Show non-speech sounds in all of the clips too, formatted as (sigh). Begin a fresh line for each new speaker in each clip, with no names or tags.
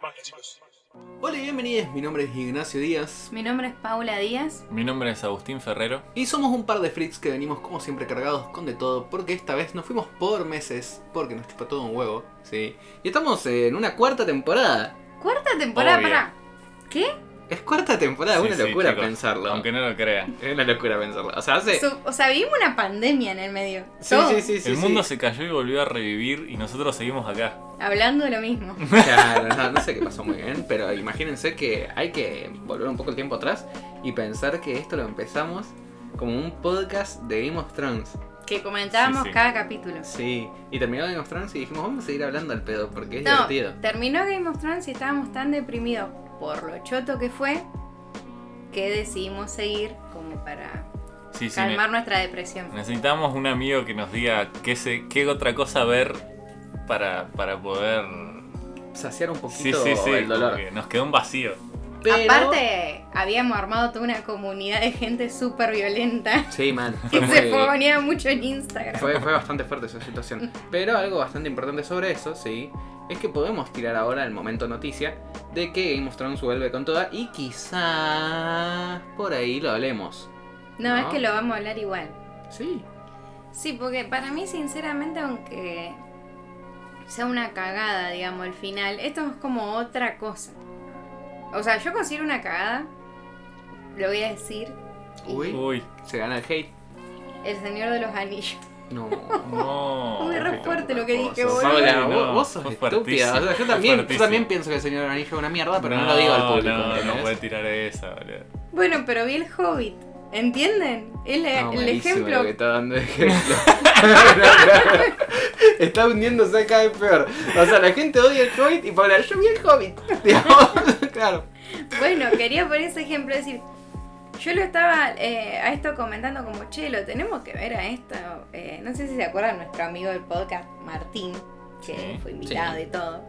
Manga, chicos.
Hola y bienvenidos, mi nombre es Ignacio Díaz
Mi nombre es Paula Díaz.
Mi nombre es Agustín Ferrero.
y somos un par de freaks que venimos como siempre cargados con de todo porque esta vez nos fuimos por meses porque nos chupa todo un huevo, ¿sí? Y estamos en una cuarta temporada.
Cuarta temporada,
Obvio.
pará. ¿Qué?
Es cuarta temporada,
Sí,
una
sí,
locura
chicos,
pensarlo.
Aunque no lo crean.
Es una locura pensarlo. O sea, hace...
Su- o sea, vivimos una pandemia en el medio.
Sí,
Todos
sí, sí, sí.
el mundo
sí.
se cayó y volvió a revivir y nosotros seguimos acá.
Hablando de
(laughs)
lo mismo.
Claro, no, no sé qué pasó muy bien, pero imagínense que hay que volver un poco el tiempo atrás y pensar que esto lo empezamos como un podcast de Game of Thrones.
Que comentábamos
Sí, sí.
cada capítulo.
Sí, y terminó Game of Thrones y dijimos, vamos a seguir hablando al pedo porque es
No,
divertido.
terminó Game of Thrones y estábamos tan deprimidos por lo choto que fue que decidimos seguir como para
Sí, sí.
calmar
ne-
nuestra depresión.
Necesitamos un amigo que nos diga qué, se, qué otra cosa ver para, para poder.
Saciar un
Sí,
poquito
sí, sí.
el dolor.
porque Nos quedó un vacío.
Pero-
Aparte, habíamos armado toda una comunidad de gente súper violenta
Sí, man. Fue,
(laughs) que se
muy-
ponía mucho en Instagram.
fue- fue bastante fuerte esa situación. Pero algo bastante importante sobre eso, sí, es que podemos tirar ahora el momento noticia de que Game of Thrones vuelve con toda y quizás por ahí lo hablemos.
No,
No.
es que lo vamos a hablar igual.
Sí.
Sí, porque para mí, sinceramente, aunque sea una cagada, digamos, el final, esto es como otra cosa. O sea, yo considero una cagada, lo voy a decir,
Uy,
Uy,
se gana el hate.
El Señor de los Anillos. (laughs)
No.
no.
Uy, re fuerte lo que dije,
Vos sos-
boludo.
Paula,
Sí,
vos,
no,
vos sos
fue
estúpida.
fuertísimo,
O sea, yo
fue
también, yo
fuertísimo.
también pienso que el señor Anillo es una mierda, Ah, pero no, lo digo al público.
No, no
¿entendés?
puede tirar esa, boludo.
Bueno, pero vi el Hobbit, ¿entienden? Es
Ah,
la-
No,
Eh, el
malísimo
ejemplo.
lo que está dando de ejemplo. (laughs) Claro. está hundiéndose cada vez peor. O sea, la gente odia el Hobbit y Paula, yo vi el Hobbit. (laughs) Digamos, claro.
(laughs) Bueno, quería poner ese ejemplo, es decir, yo lo estaba eh, a esto comentando como, che, lo tenemos que ver a esto. eh, no sé si se acuerdan nuestro amigo del podcast, Martín, que
Sí,
fue invitado
sí.
y todo.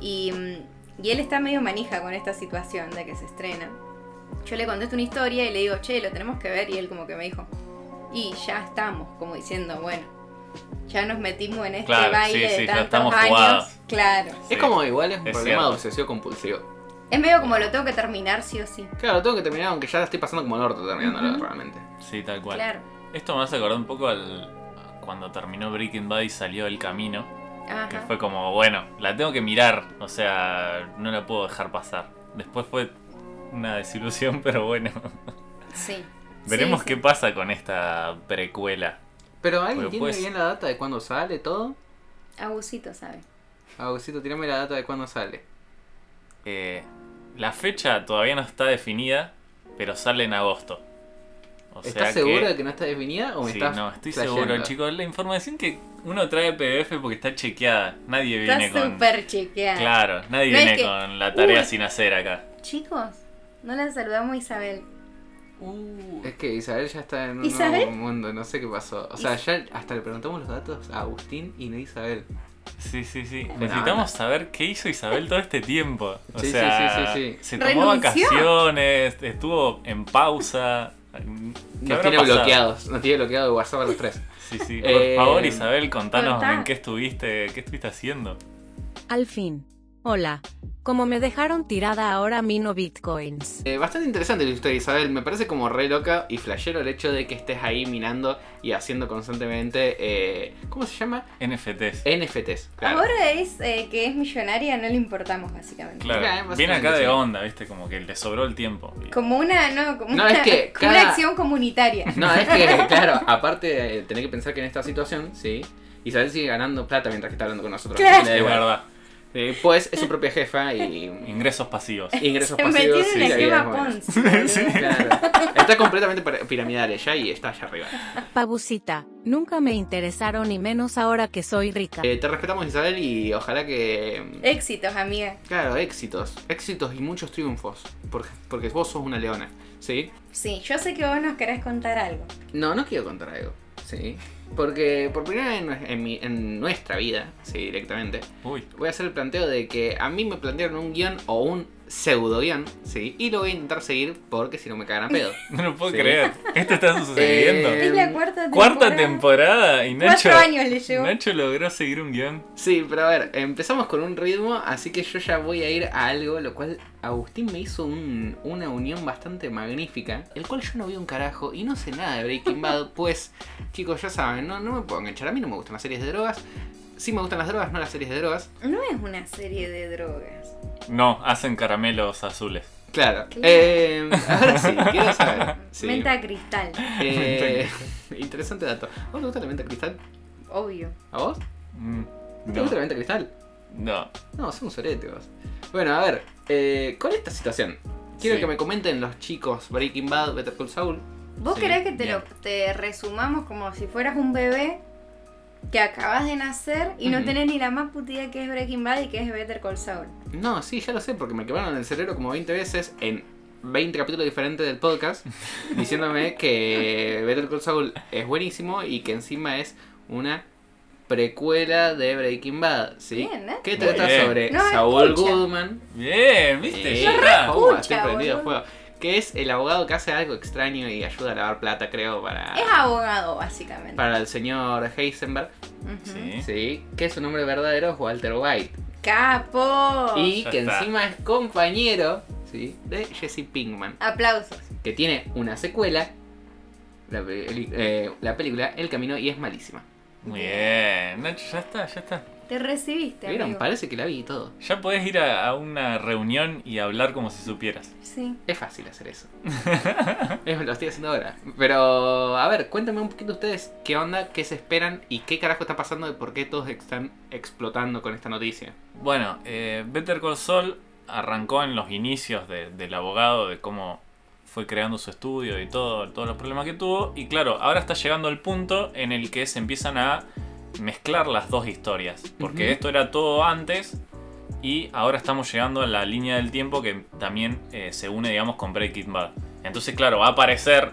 Y, mm, y él está medio manija con esta situación de que se estrena. Yo le contesto una historia y le digo, che, lo tenemos que ver. Y él como que me dijo, y ya estamos, como diciendo, bueno, ya nos metimos en este
Claro, sí,
baile
sí,
de
ya
tantos
estamos
años.
jugadas.
Claro.
Sí.
Es como igual es un
Es
problema
cierto.
de obsesivo compulsivo.
Es medio como lo tengo que terminar sí o sí.
Claro, tengo que terminar, aunque ya la estoy pasando como el orto terminándolo
Ujú.
realmente.
Sí, tal cual.
Claro.
Esto me hace acordar un poco al. Cuando terminó Breaking Bad y salió El Camino. Que
Ajá.
fue como, bueno, la tengo que mirar, o sea, no la puedo dejar pasar. Después fue una desilusión, (laughs) pero bueno.
Sí.
Veremos
Sí,
qué
sí.
pasa con esta precuela.
Pero alguien
Bueno,
tiene
pues.
bien la data de cuándo sale todo.
Abusito, ¿sabe?
Agusito, tirame la data de cuándo sale.
Eh, la fecha todavía no está definida, pero sale en agosto. O
¿Estás seguro de que no está definida o me
Sí,
estás
no, estoy
flasheando?
seguro, chicos. La información que uno trae PDF porque está chequeada. Nadie
Está
viene con...
súper chequeada.
Claro, nadie
No es
viene
que-
con la tarea
Uy.
sin hacer acá.
Chicos, no la saludamos a Isabel. Uh,
Es que Isabel ya está en un
¿Isabel?
nuevo mundo, no sé qué pasó. O sea, ya hasta le preguntamos los datos a Agustín y no a Isabel.
Sí, sí, sí.
Buena onda.
Necesitamos saber qué hizo Isabel todo este tiempo. O
Sí, sí,
sea,
sí, sí, sí.
se tomó
Renunció.
vacaciones, estuvo en pausa. ¿Qué
Nos
habrá
tiene
pasado?
bloqueados, nos tiene bloqueado de WhatsApp a los tres.
Sí, sí. Por
Eh,
favor, Isabel, contanos
contá.
en qué estuviste, qué estuviste haciendo.
Al fin. Hola. Como me dejaron tirada ahora mino bitcoins.
Eh, bastante interesante la historia de Isabel, me parece como re loca y flashero el hecho de que estés ahí minando y haciendo constantemente, eh, ¿cómo se llama? Eh,
NFTs.
NFTs, claro.
Ahora es eh, que es millonaria, no le importamos, básicamente.
Claro.
Mira, eh,
Viene acá
básicamente,
de
sí.
onda, viste, como que le sobró el tiempo.
Como una, no, como,
No,
una,
es que
(laughs) como
cada-
una acción comunitaria.
No, es que, claro, aparte de tener que pensar que en esta situación, sí, Isabel sigue ganando plata mientras que está hablando con nosotros.
Claro.
así que le da
Es
igual.
verdad.
Eh, pues es su propia jefa y
Ingresos pasivos.
(laughs) ingresos
(laughs) Se
pasivos.
metió
sí,
en
la
la
vida es
esquema
(laughs)
buena.
Ponzi. boludo.
Claro. Está completamente para- piramidal ella y está allá arriba.
Pabucita, nunca me interesaron y menos ahora que soy rica.
Eh, te respetamos Isabel y ojalá que... mm,
Éxitos, amiga.
Claro, éxitos. Éxitos y muchos triunfos. Porque, porque vos sos una leona. ¿Sí?
Sí, yo sé que vos nos querés contar algo.
No, no quiero contar algo. ¿Sí? Porque por primera vez en, nue- en mi- en nuestra vida, sí, directamente,
Uy.
voy a hacer el planteo de que a mí me plantearon un guión o un pseudo guión, sí, y lo voy a intentar seguir porque si no me cagan a
(laughs)
pedo.
No lo puedo
Sí.
creer. Esto está sucediendo.
Eh,
Es la cuarta temporada.
Cuarta temporada y Nacho,
Cuatro años le llevo.
Nacho logró seguir un guión.
Sí, pero a ver, empezamos con un ritmo, así que yo ya voy a ir a algo, lo cual Agustín me hizo un- una unión bastante magnífica, el cual yo no vi un carajo y no sé nada de Breaking Bad, pues chicos ya saben, no, no me puedo enganchar, a mí no me gustan las series de drogas, sí me gustan las drogas, no las series de drogas.
No es una serie de
(laughs)
drogas.
No, hacen caramelos azules.
Claro,
Claro.
eh, ahora sí, quiero saber. Sí.
Menta cristal,
Eh, interesante dato. ¿A vos te gusta la menta cristal?
obvio.
¿A vos?
Mm,
¿Te
No,
gusta la menta cristal?
no.
No, son un sorete vos. Bueno, a ver, eh, con esta situación, quiero
Sí.
que me comenten los chicos Breaking Bad, Better Call Saul.
¿Vos
Sí,
querés que te,
bien.
lo, te resumamos como si fueras un bebé que acabas de nacer y no
Ujú.
tenés ni la más puta idea que es Breaking Bad y que es Better Call Saul?
No, sí, ya lo sé, porque me quemaron el cerebro como 20 veces en 20 capítulos diferentes del
(laughs)
podcast, diciéndome que Better Call Saul es buenísimo y que encima es una precuela de Breaking Bad, ¿sí?
Bien, ¿eh?
Que
Muy
trata
bien.
sobre
No,
Saul
escucha.
Goodman.
Bien, viste,
Eh,
ya está.
Opa, estoy
escucha,
prendido a
boludo.
fuego. Que es el abogado que hace algo extraño y ayuda a lavar plata, creo, para,
Es abogado, básicamente.
Ah. para el señor Heisenberg.
Ujú.
Sí.
Sí, que su nombre verdadero es Walter White.
¡Capo!
y
Oh, ya
que
está.
encima es compañero ¿sí? de Jesse Pinkman,
Aplausos.
que tiene una secuela, la, peli- eh, la película El Camino, y es malísima.
Muy bien, Nacho, ya está, ya está.
Te recibiste,
¿Vieron?
amigo.
Parece que la vi y todo.
Ya podés ir a, a una reunión y hablar como si supieras.
Sí.
Es fácil
(laughs)
hacer eso. Es- Lo estoy haciendo ahora. Pero, a ver, cuéntame un poquito ustedes qué onda, qué se esperan y qué carajo está pasando y por qué todos están explotando con esta noticia.
Bueno, eh, Better Call Saul arrancó en los inicios de- del abogado, de cómo fue creando su estudio y todo, todos los problemas que tuvo. Y claro, ahora está llegando al punto en el que se empiezan a mezclar las dos historias. Porque
Ujú.
esto era todo antes y ahora estamos llegando a la línea del tiempo que también eh, se une, digamos, con Breaking Bad. Entonces, claro, va a aparecer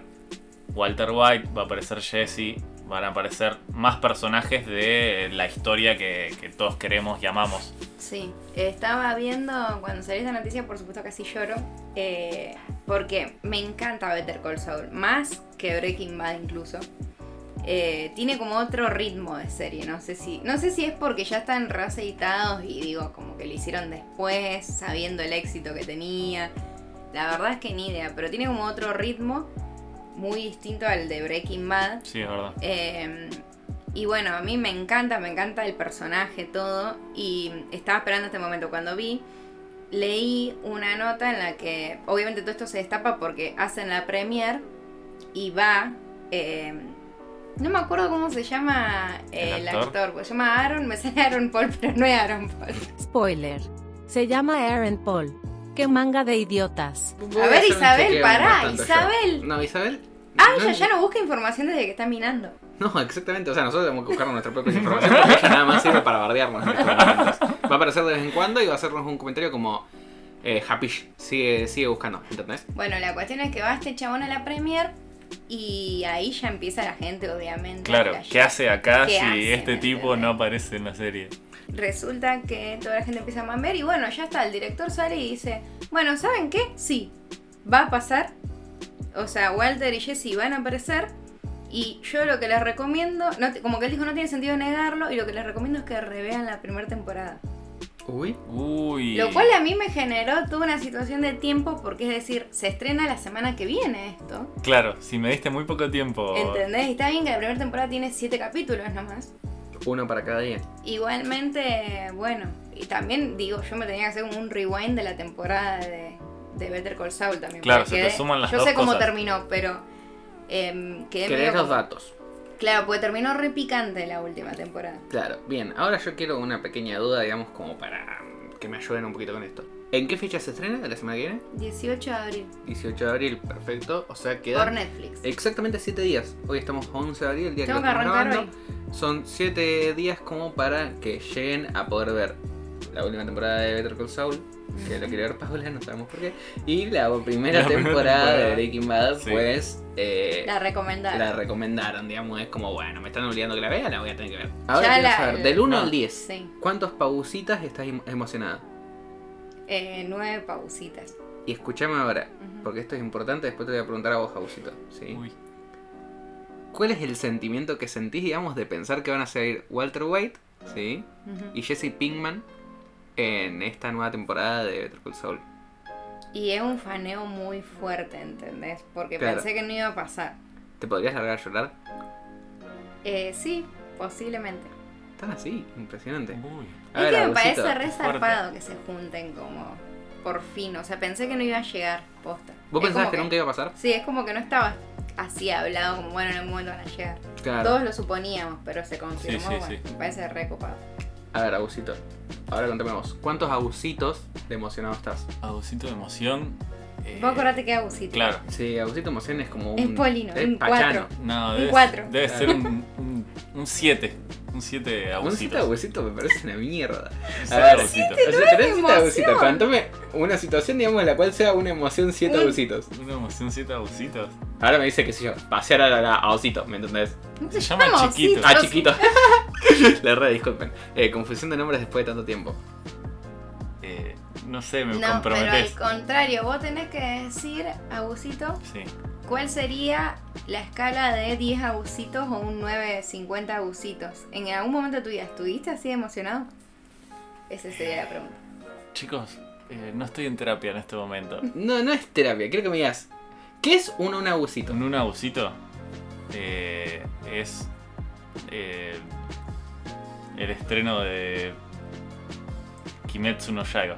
Walter White, va a aparecer Jesse, van a aparecer más personajes de la historia que, que todos queremos y amamos.
Sí, estaba viendo cuando salió esta noticia, por supuesto casi lloro, eh, porque me encanta Better Call Saul, más que Breaking Bad incluso. Eh, tiene como otro ritmo de serie, no sé si no sé si es porque ya están reaceitados y digo como que lo hicieron después, sabiendo el éxito que tenía. La verdad es que ni idea, pero tiene como otro ritmo muy distinto al de Breaking Bad.
Sí, es verdad.
Eh, y bueno, a mí me encanta, me encanta el personaje, todo. Y estaba esperando este momento. Cuando vi, leí una nota en la que, obviamente, todo esto se destapa porque hacen la premier y va. eh, no me acuerdo cómo se llama eh,
¿El
el,
actor?
actor. pues, se llama Aaron, me sale Aaron Paul, pero no es Aaron Paul.
Spoiler. Se llama Aaron Paul. ¡Qué manga de idiotas!
Voy
a ver,
hacer un
Isabel,
chequeo
pará,
mientras tanto yo.
Isabel.
No, Isabel.
Ah,
no-
ella ya no busca información desde que está minando.
No, exactamente. O sea, nosotros tenemos que buscar nuestra propia información porque ella nada más sirve para bardearnos. en estos momentos. Va a aparecer de vez en cuando y va a hacernos un comentario como. Eh, Hapish, sigue, sigue buscando, ¿entendés?
Bueno, la cuestión es que va este chabón a la premier y ahí ya empieza la gente, obviamente.
Claro,
a
¿qué hace acá
¿Qué
si
hace,
este
me
tipo
entendés?
no aparece en la serie?
Resulta que toda la gente empieza a mamer y bueno, ya está, el director sale y dice, bueno, ¿saben qué? Sí, va a pasar. O sea, Walter y Jesse van a aparecer y yo lo que les recomiendo, no te- como que él dijo, no tiene sentido negarlo y lo que les recomiendo es que revean la primera temporada.
Uy.
Uy.
Lo cual a mí me generó toda una situación de tiempo porque es decir, se estrena la semana que viene esto.
Claro, si me diste muy poco tiempo.
¿Entendés? Y está bien que la primera temporada tiene siete capítulos nomás.
Uno para cada día.
Igualmente, bueno, y también digo, yo me tenía que hacer un rewind de la temporada de, de Better Call Saul también.
Claro,
porque
se te
quedé-
suman las
Yo
dos
sé cómo
cosas.
terminó, pero em, quedé medio
¿Querés los
como-
datos?
Claro, porque terminó re picante la última temporada.
Claro, bien. Ahora yo quiero una pequeña duda, digamos, como para mm, que me ayuden un poquito con esto. ¿En qué fecha se estrena? ¿De la semana que viene?
18 de abril,
18 de abril, perfecto. O sea,
por
quedan
Netflix.
exactamente 7 días. Hoy estamos 11 de abril, el día
Tengo
que
que
lo estamos
arrancar hoy.
grabando. Son 7 días como para que lleguen a poder ver la última temporada de Better Call Saul, que lo quería ver Paula, no sabemos por qué. Y la primera
La primera
temporada de
temporada.
Breaking Bad,
Sí.
pues eh,
La recomendada.
la recomendaron, digamos, es como, bueno, me están obligando a que la vea, la voy a tener que ver. Ahora
Ya
quiero
la-
saber, del 1
no.
al 10,
Sí.
¿cuántos pausitas estás em- emocionada?
Eh, nueve pausitas.
Y escuchame ahora,
Ujú.
porque esto es importante, después te voy a preguntar a vos, Jausito. ¿sí?
Uy.
¿Cuál es el sentimiento que sentís, digamos, de pensar que van a salir Walter White ¿sí?
Ujú.
y Jesse Pinkman en esta nueva temporada de Better Call Saul?
Y es un faneo muy fuerte, ¿entendés? Porque
Claro.
pensé que no iba a pasar.
¿Te podrías largar a llorar?
Eh, sí, posiblemente.
Están así, impresionante.
Uy.
A
es
ver,
que me
Agusito,
parece re
fuerte.
zarpado que se junten como por fin. O sea, pensé que no iba a llegar posta.
¿Vos
Es
pensabas
como
que, nunca iba a pasar?
Sí, es como que no estaba así hablado, como bueno, en algún momento van a llegar.
Claro.
Todos lo suponíamos, pero se confirmó.
Sí, sí,
bueno,
sí.
Me parece re copado.
A ver, Agusito. Ahora contame vos. ¿Cuántos agusitos de emocionado estás?
Agucito de emoción. eh,
Vos acordate que Agusito.
Claro.
Sí, agusito emoción es como un.
Es Polino,
es
un
pachano.
cuatro.
No,
Un
debe,
cuatro.
debe ser un 7. Un 7
Un siete
agucito.
agusito me parece una mierda.
Un
A ver,
agucito.
O sea, tenés siete
emoción.
agusitos. Contame una situación, digamos, en la cual sea una emoción siete
Un-
agusitos.
Una emoción 7 agucitos.
Ahora me dice, qué sé yo, pasear a, la- a osito, ¿me entendés?
No
Se llama Chiquito.
Ah,
(laughs)
chiquito. La re, disculpen. Eh, confusión de nombres después de tanto tiempo.
Eh, no sé, me
No, pero al
comprometes.
contrario, vos tenés que decir, Agusito,
Sí.
¿cuál sería la escala de 10 agusitos o un 9, 50 agusitos? ¿En algún momento de tu vida estuviste así emocionado? Esa sería la pregunta.
Chicos, eh, no estoy en terapia en este momento.
No, no es terapia, quiero que me digas. ¿Qué es un, un agusito?
Con un agucito eh, es eh, el estreno de Kimetsu no Yaiba.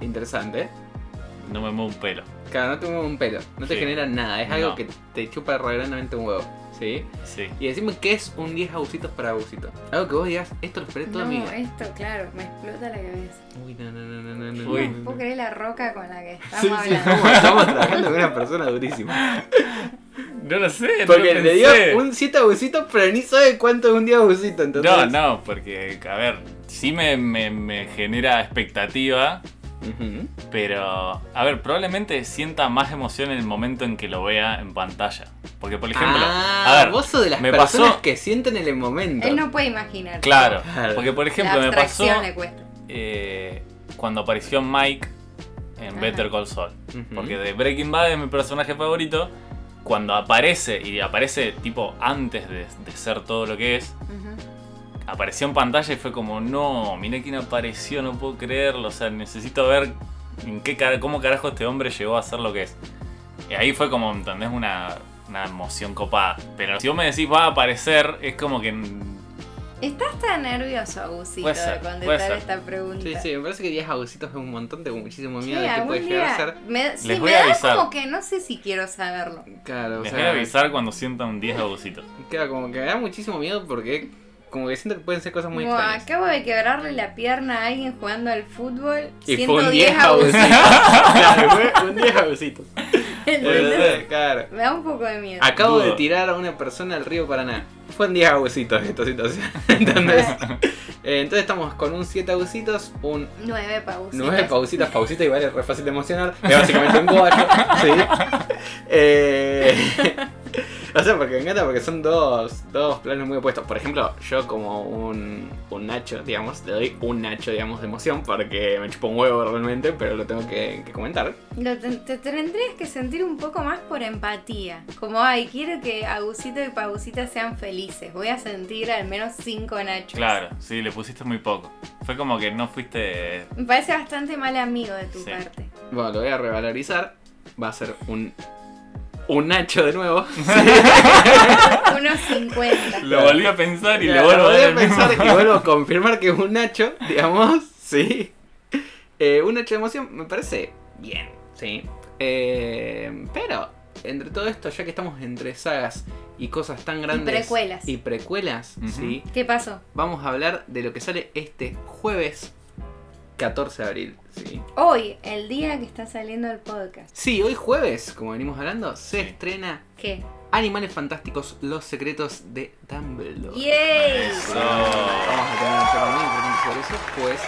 Interesante, ¿eh?
No me muevo un pelo.
Claro, no te mueve un pelo, no te
Sí.
genera nada, es algo
No.
que te chupa reverentemente un huevo, ¿sí?
Sí.
Y decime qué es un 10 agusitos para agusito. Algo que vos digas, esto lo esperé toda
no, eh.
mi vida.
esto, claro, me explota la cabeza.
Uy, no, no, no, no, no, no.
Uy.
no, no, no.
No puedo creer la roca con la que estamos
Sí, sí,
hablando.
(laughs) estamos, estamos trabajando con una persona durísima.
No lo sé,
Porque
no lo
le dio
pensé.
un 7 agusito, pero ni sabe cuánto es un 10 agusito, ¿entendés?
No, no, porque, a ver, sí me, me- me genera expectativa,
Ujú.
pero, a ver, probablemente sienta más emoción en el momento en que lo vea en pantalla. Porque, por ejemplo,
ah,
a ver,
vos sos de las
me
personas
pasó-
que sienten en el momento.
Él no puede imaginar.
claro,
(laughs) Claro.
porque, por
La
ejemplo, me pasó
abstracción le cuesta.
eh, cuando apareció Mike en
Ajá.
Better Call Saul.
Ujú.
Porque de Breaking Bad es mi personaje favorito. Cuando aparece, y aparece tipo antes de, de ser todo lo que es,
Ujú.
apareció en pantalla y fue como, no, mirá quién apareció, no puedo creerlo. O sea, necesito ver en qué cara- cómo carajo este hombre llegó a ser lo que es. Y ahí fue como, ¿entendés? Una, una emoción copada. Pero si vos me decís va a aparecer, es como que...
Estás tan nervioso, Agusito,
Puede ser,
de
puede
contestar
ser.
esta pregunta.
Sí, sí, me parece que 10 agusitos es un montón, tengo muchísimo
Sí,
miedo de que
algún
puede llegar a
día
ser.
me, sí,
Les voy
me
a
da
avisar.
como que no sé si quiero saberlo.
Claro, o
Les
sea,
voy a avisar cuando sientan un 10 abusitos.
Claro, como que me da muchísimo miedo porque como que siento que pueden ser cosas muy
Como
extrañas.
acabo de quebrarle la pierna a alguien jugando al fútbol.
Y fue un
110
10
agusitos.
agusitos. (laughs)
(laughs)
claro, fue un 10
(laughs)
agusitos.
¿entendés?
Eh, Claro.
Me da un poco de miedo.
Acabo de
Dudo.
tirar a una persona al río Paraná. Fue un 10 agusitos esta situación. (laughs)
(laughs)
Entonces, eh, entonces estamos con un 7 agusitos, un
Nueve pausitas.
9 pausitas, pausitas igual es re fácil de emocionar. Es básicamente un guacho. ¿sí? Eh, (laughs) o sea, porque me encanta porque son dos, dos planos muy opuestos. Por ejemplo, yo como un, un Nacho, digamos, le doy un Nacho, digamos, de emoción porque me chupo un huevo realmente, pero lo tengo que, que comentar.
Lo ten- te tendrías que sentir un poco más por empatía. Como, ay, quiero que Agusito y Pausita sean felices. Voy a sentir al menos cinco nachos.
Claro, sí, le pusiste muy poco. Fue como que no fuiste...
Me parece bastante mal amigo de tu
Sí.
parte. (laughs)
Bueno, lo voy a revalorizar. Va a ser un, un Nacho de nuevo.
Unos
(laughs)
50.
Lo volví a pensar y
Claro,
le vuelvo a
voy
dar
a
el mismo.
pensar y
(laughs)
vuelvo a confirmar que es un Nacho, digamos, sí. Eh, un Nacho de emoción me parece bien, sí. Eh, pero, entre todo esto, ya que estamos entre sagas y cosas tan grandes.
precuelas.
Y precuelas,
Ujú.
sí.
¿Qué pasó?
Vamos a hablar de lo que sale este jueves 14 de abril, sí.
Hoy, el día que está saliendo el podcast.
Sí, hoy jueves, como venimos hablando, se
Sí.
estrena
¿Qué?
Animales Fantásticos, los secretos de Dumbledore.
¡Yay!
(laughs) Eso.
Vamos a tener un tema muy importante sobre eso, pues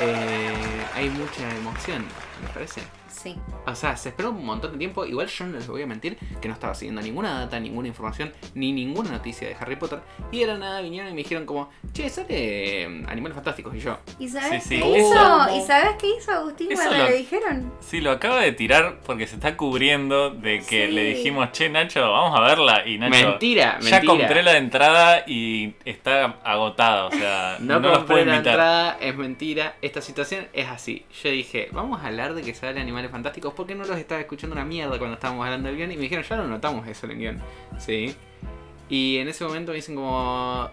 eh, hay mucha emoción, me parece.
Sí.
O sea, se esperó un montón de tiempo. Igual yo no les voy a mentir que no estaba siguiendo ninguna data, ninguna información, ni ninguna noticia de Harry Potter. Y de la nada vinieron y me dijeron como, che, sale eh, Animales Fantásticos. Y yo,
¿Y sabes
Sí, sí.
qué hizo?
Eso-
¿Y sabes qué hizo Agustín
Eso
cuando
lo-
le dijeron?
Sí, lo acaba de tirar porque se está cubriendo de que
Sí.
le dijimos, che, Nacho, vamos a verla. Y Nacho,
mentira, mentira.
ya compré la entrada y está agotada, o sea,
(laughs) No,
no, los puedo
compré la
invitar.
entrada, es mentira. Esta situación es así. Yo dije, vamos a hablar de que sale Animales Fantásticos. ¿Por qué no los estaba escuchando una mierda cuando estábamos hablando del guión? Y me dijeron, ya lo notamos eso en el guión. Sí. Y en ese momento me dicen como...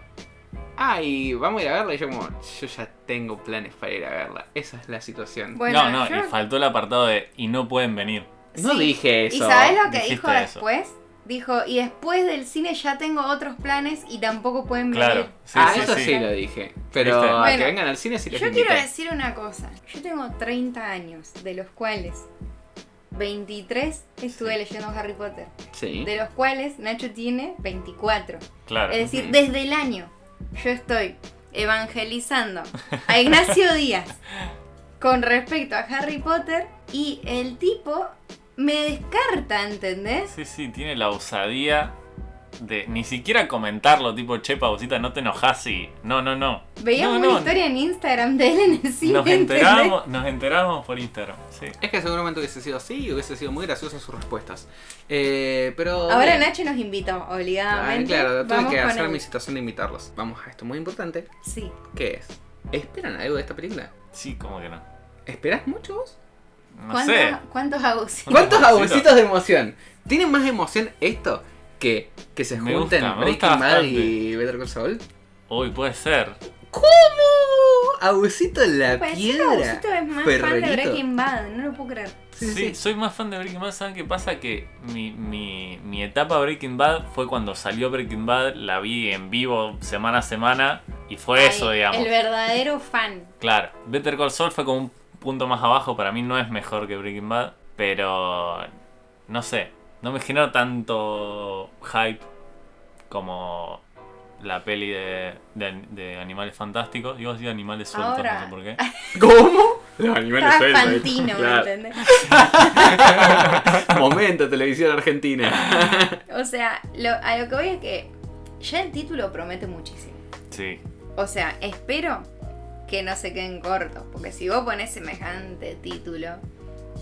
Ay, vamos a ir a verla. Y yo como, yo ya tengo planes para ir a verla. Esa es la situación.
Bueno,
no, no,
yo-
y faltó el apartado de y no pueden venir.
no
sí.
dije
¿Y
eso.
sabes lo que
Dijiste
dijo
eso.
después? Dijo, y después del cine ya tengo otros planes y tampoco pueden venir.
Claro, sí,
ah,
sí,
eso sí.
sí.
lo dije. Pero
¿Viste?
a que
Bueno,
vengan al cine sí los
Yo
invité.
quiero decir una cosa. Yo tengo 30 años, de los cuales 23 estuve leyendo Harry Potter,
Sí.
de los cuales Nacho tiene 24.
Claro.
Es decir,
Ujú.
desde el año yo estoy evangelizando a
(laughs)
Ignacio Díaz con respecto a Harry Potter y el tipo me descarta, ¿entendés?
Sí, sí, tiene la osadía de ni siquiera comentarlo, tipo, che, pausita, no te enojas y... No, no, no.
Veíamos
No, no,
una historia en Instagram de él en el cine.
Nos
¿entendés?
enteramos, nos enteramos por Instagram, sí.
Es que seguramente hubiese sido así y hubiese sido muy graciosa sus respuestas. Eh, pero.
Ahora
bien.
Nacho nos invitó,
Ah,
obligadamente.
claro, tuve
Vamos
que
con
hacer
él.
mi situación de invitarlos. Vamos a esto muy importante.
Sí.
¿Qué es? ¿Esperan algo de esta película?
Sí, como que no.
¿Esperás mucho vos?
No
¿Cuántos,
sé.
¿Cuántos abusos?
¿Cuántos
Pobrecito.
abusitos de emoción? ¿Tiene más emoción esto que que se
Me
junten
gusta, me gusta
Breaking Bad
bastante.
y Better Call Saul?
Uy, puede ser.
¿Cómo? Abusito en la
Pues ese
piedra.
abusito es más fan
Ferrerito.
de Breaking Bad, no lo puedo creer.
Sí,
Sí, sí, sí.
soy más fan de Breaking Bad. ¿Saben qué pasa? Que mi, mi, mi etapa Breaking Bad fue cuando salió Breaking Bad, la vi en vivo semana a semana y fue eso,
Ay,
digamos.
El verdadero fan.
Claro, Better Call Saul fue como un punto más abajo, para mí no es mejor que Breaking Bad, pero no sé, no me generó tanto hype como la peli de, de- de Animales Fantásticos. Yo digo Animales Sueltos,
Ahora.
no sé por
(laughs)
qué.
¿Cómo? Los animales
Estaba
sueltos.
fantino, ¿me
Claro.
entendés?
(laughs) Momento, televisión argentina.
O sea, lo- a lo que voy es que ya el título promete muchísimo.
Sí,
O sea, espero que no se queden cortos, porque si vos pones semejante título,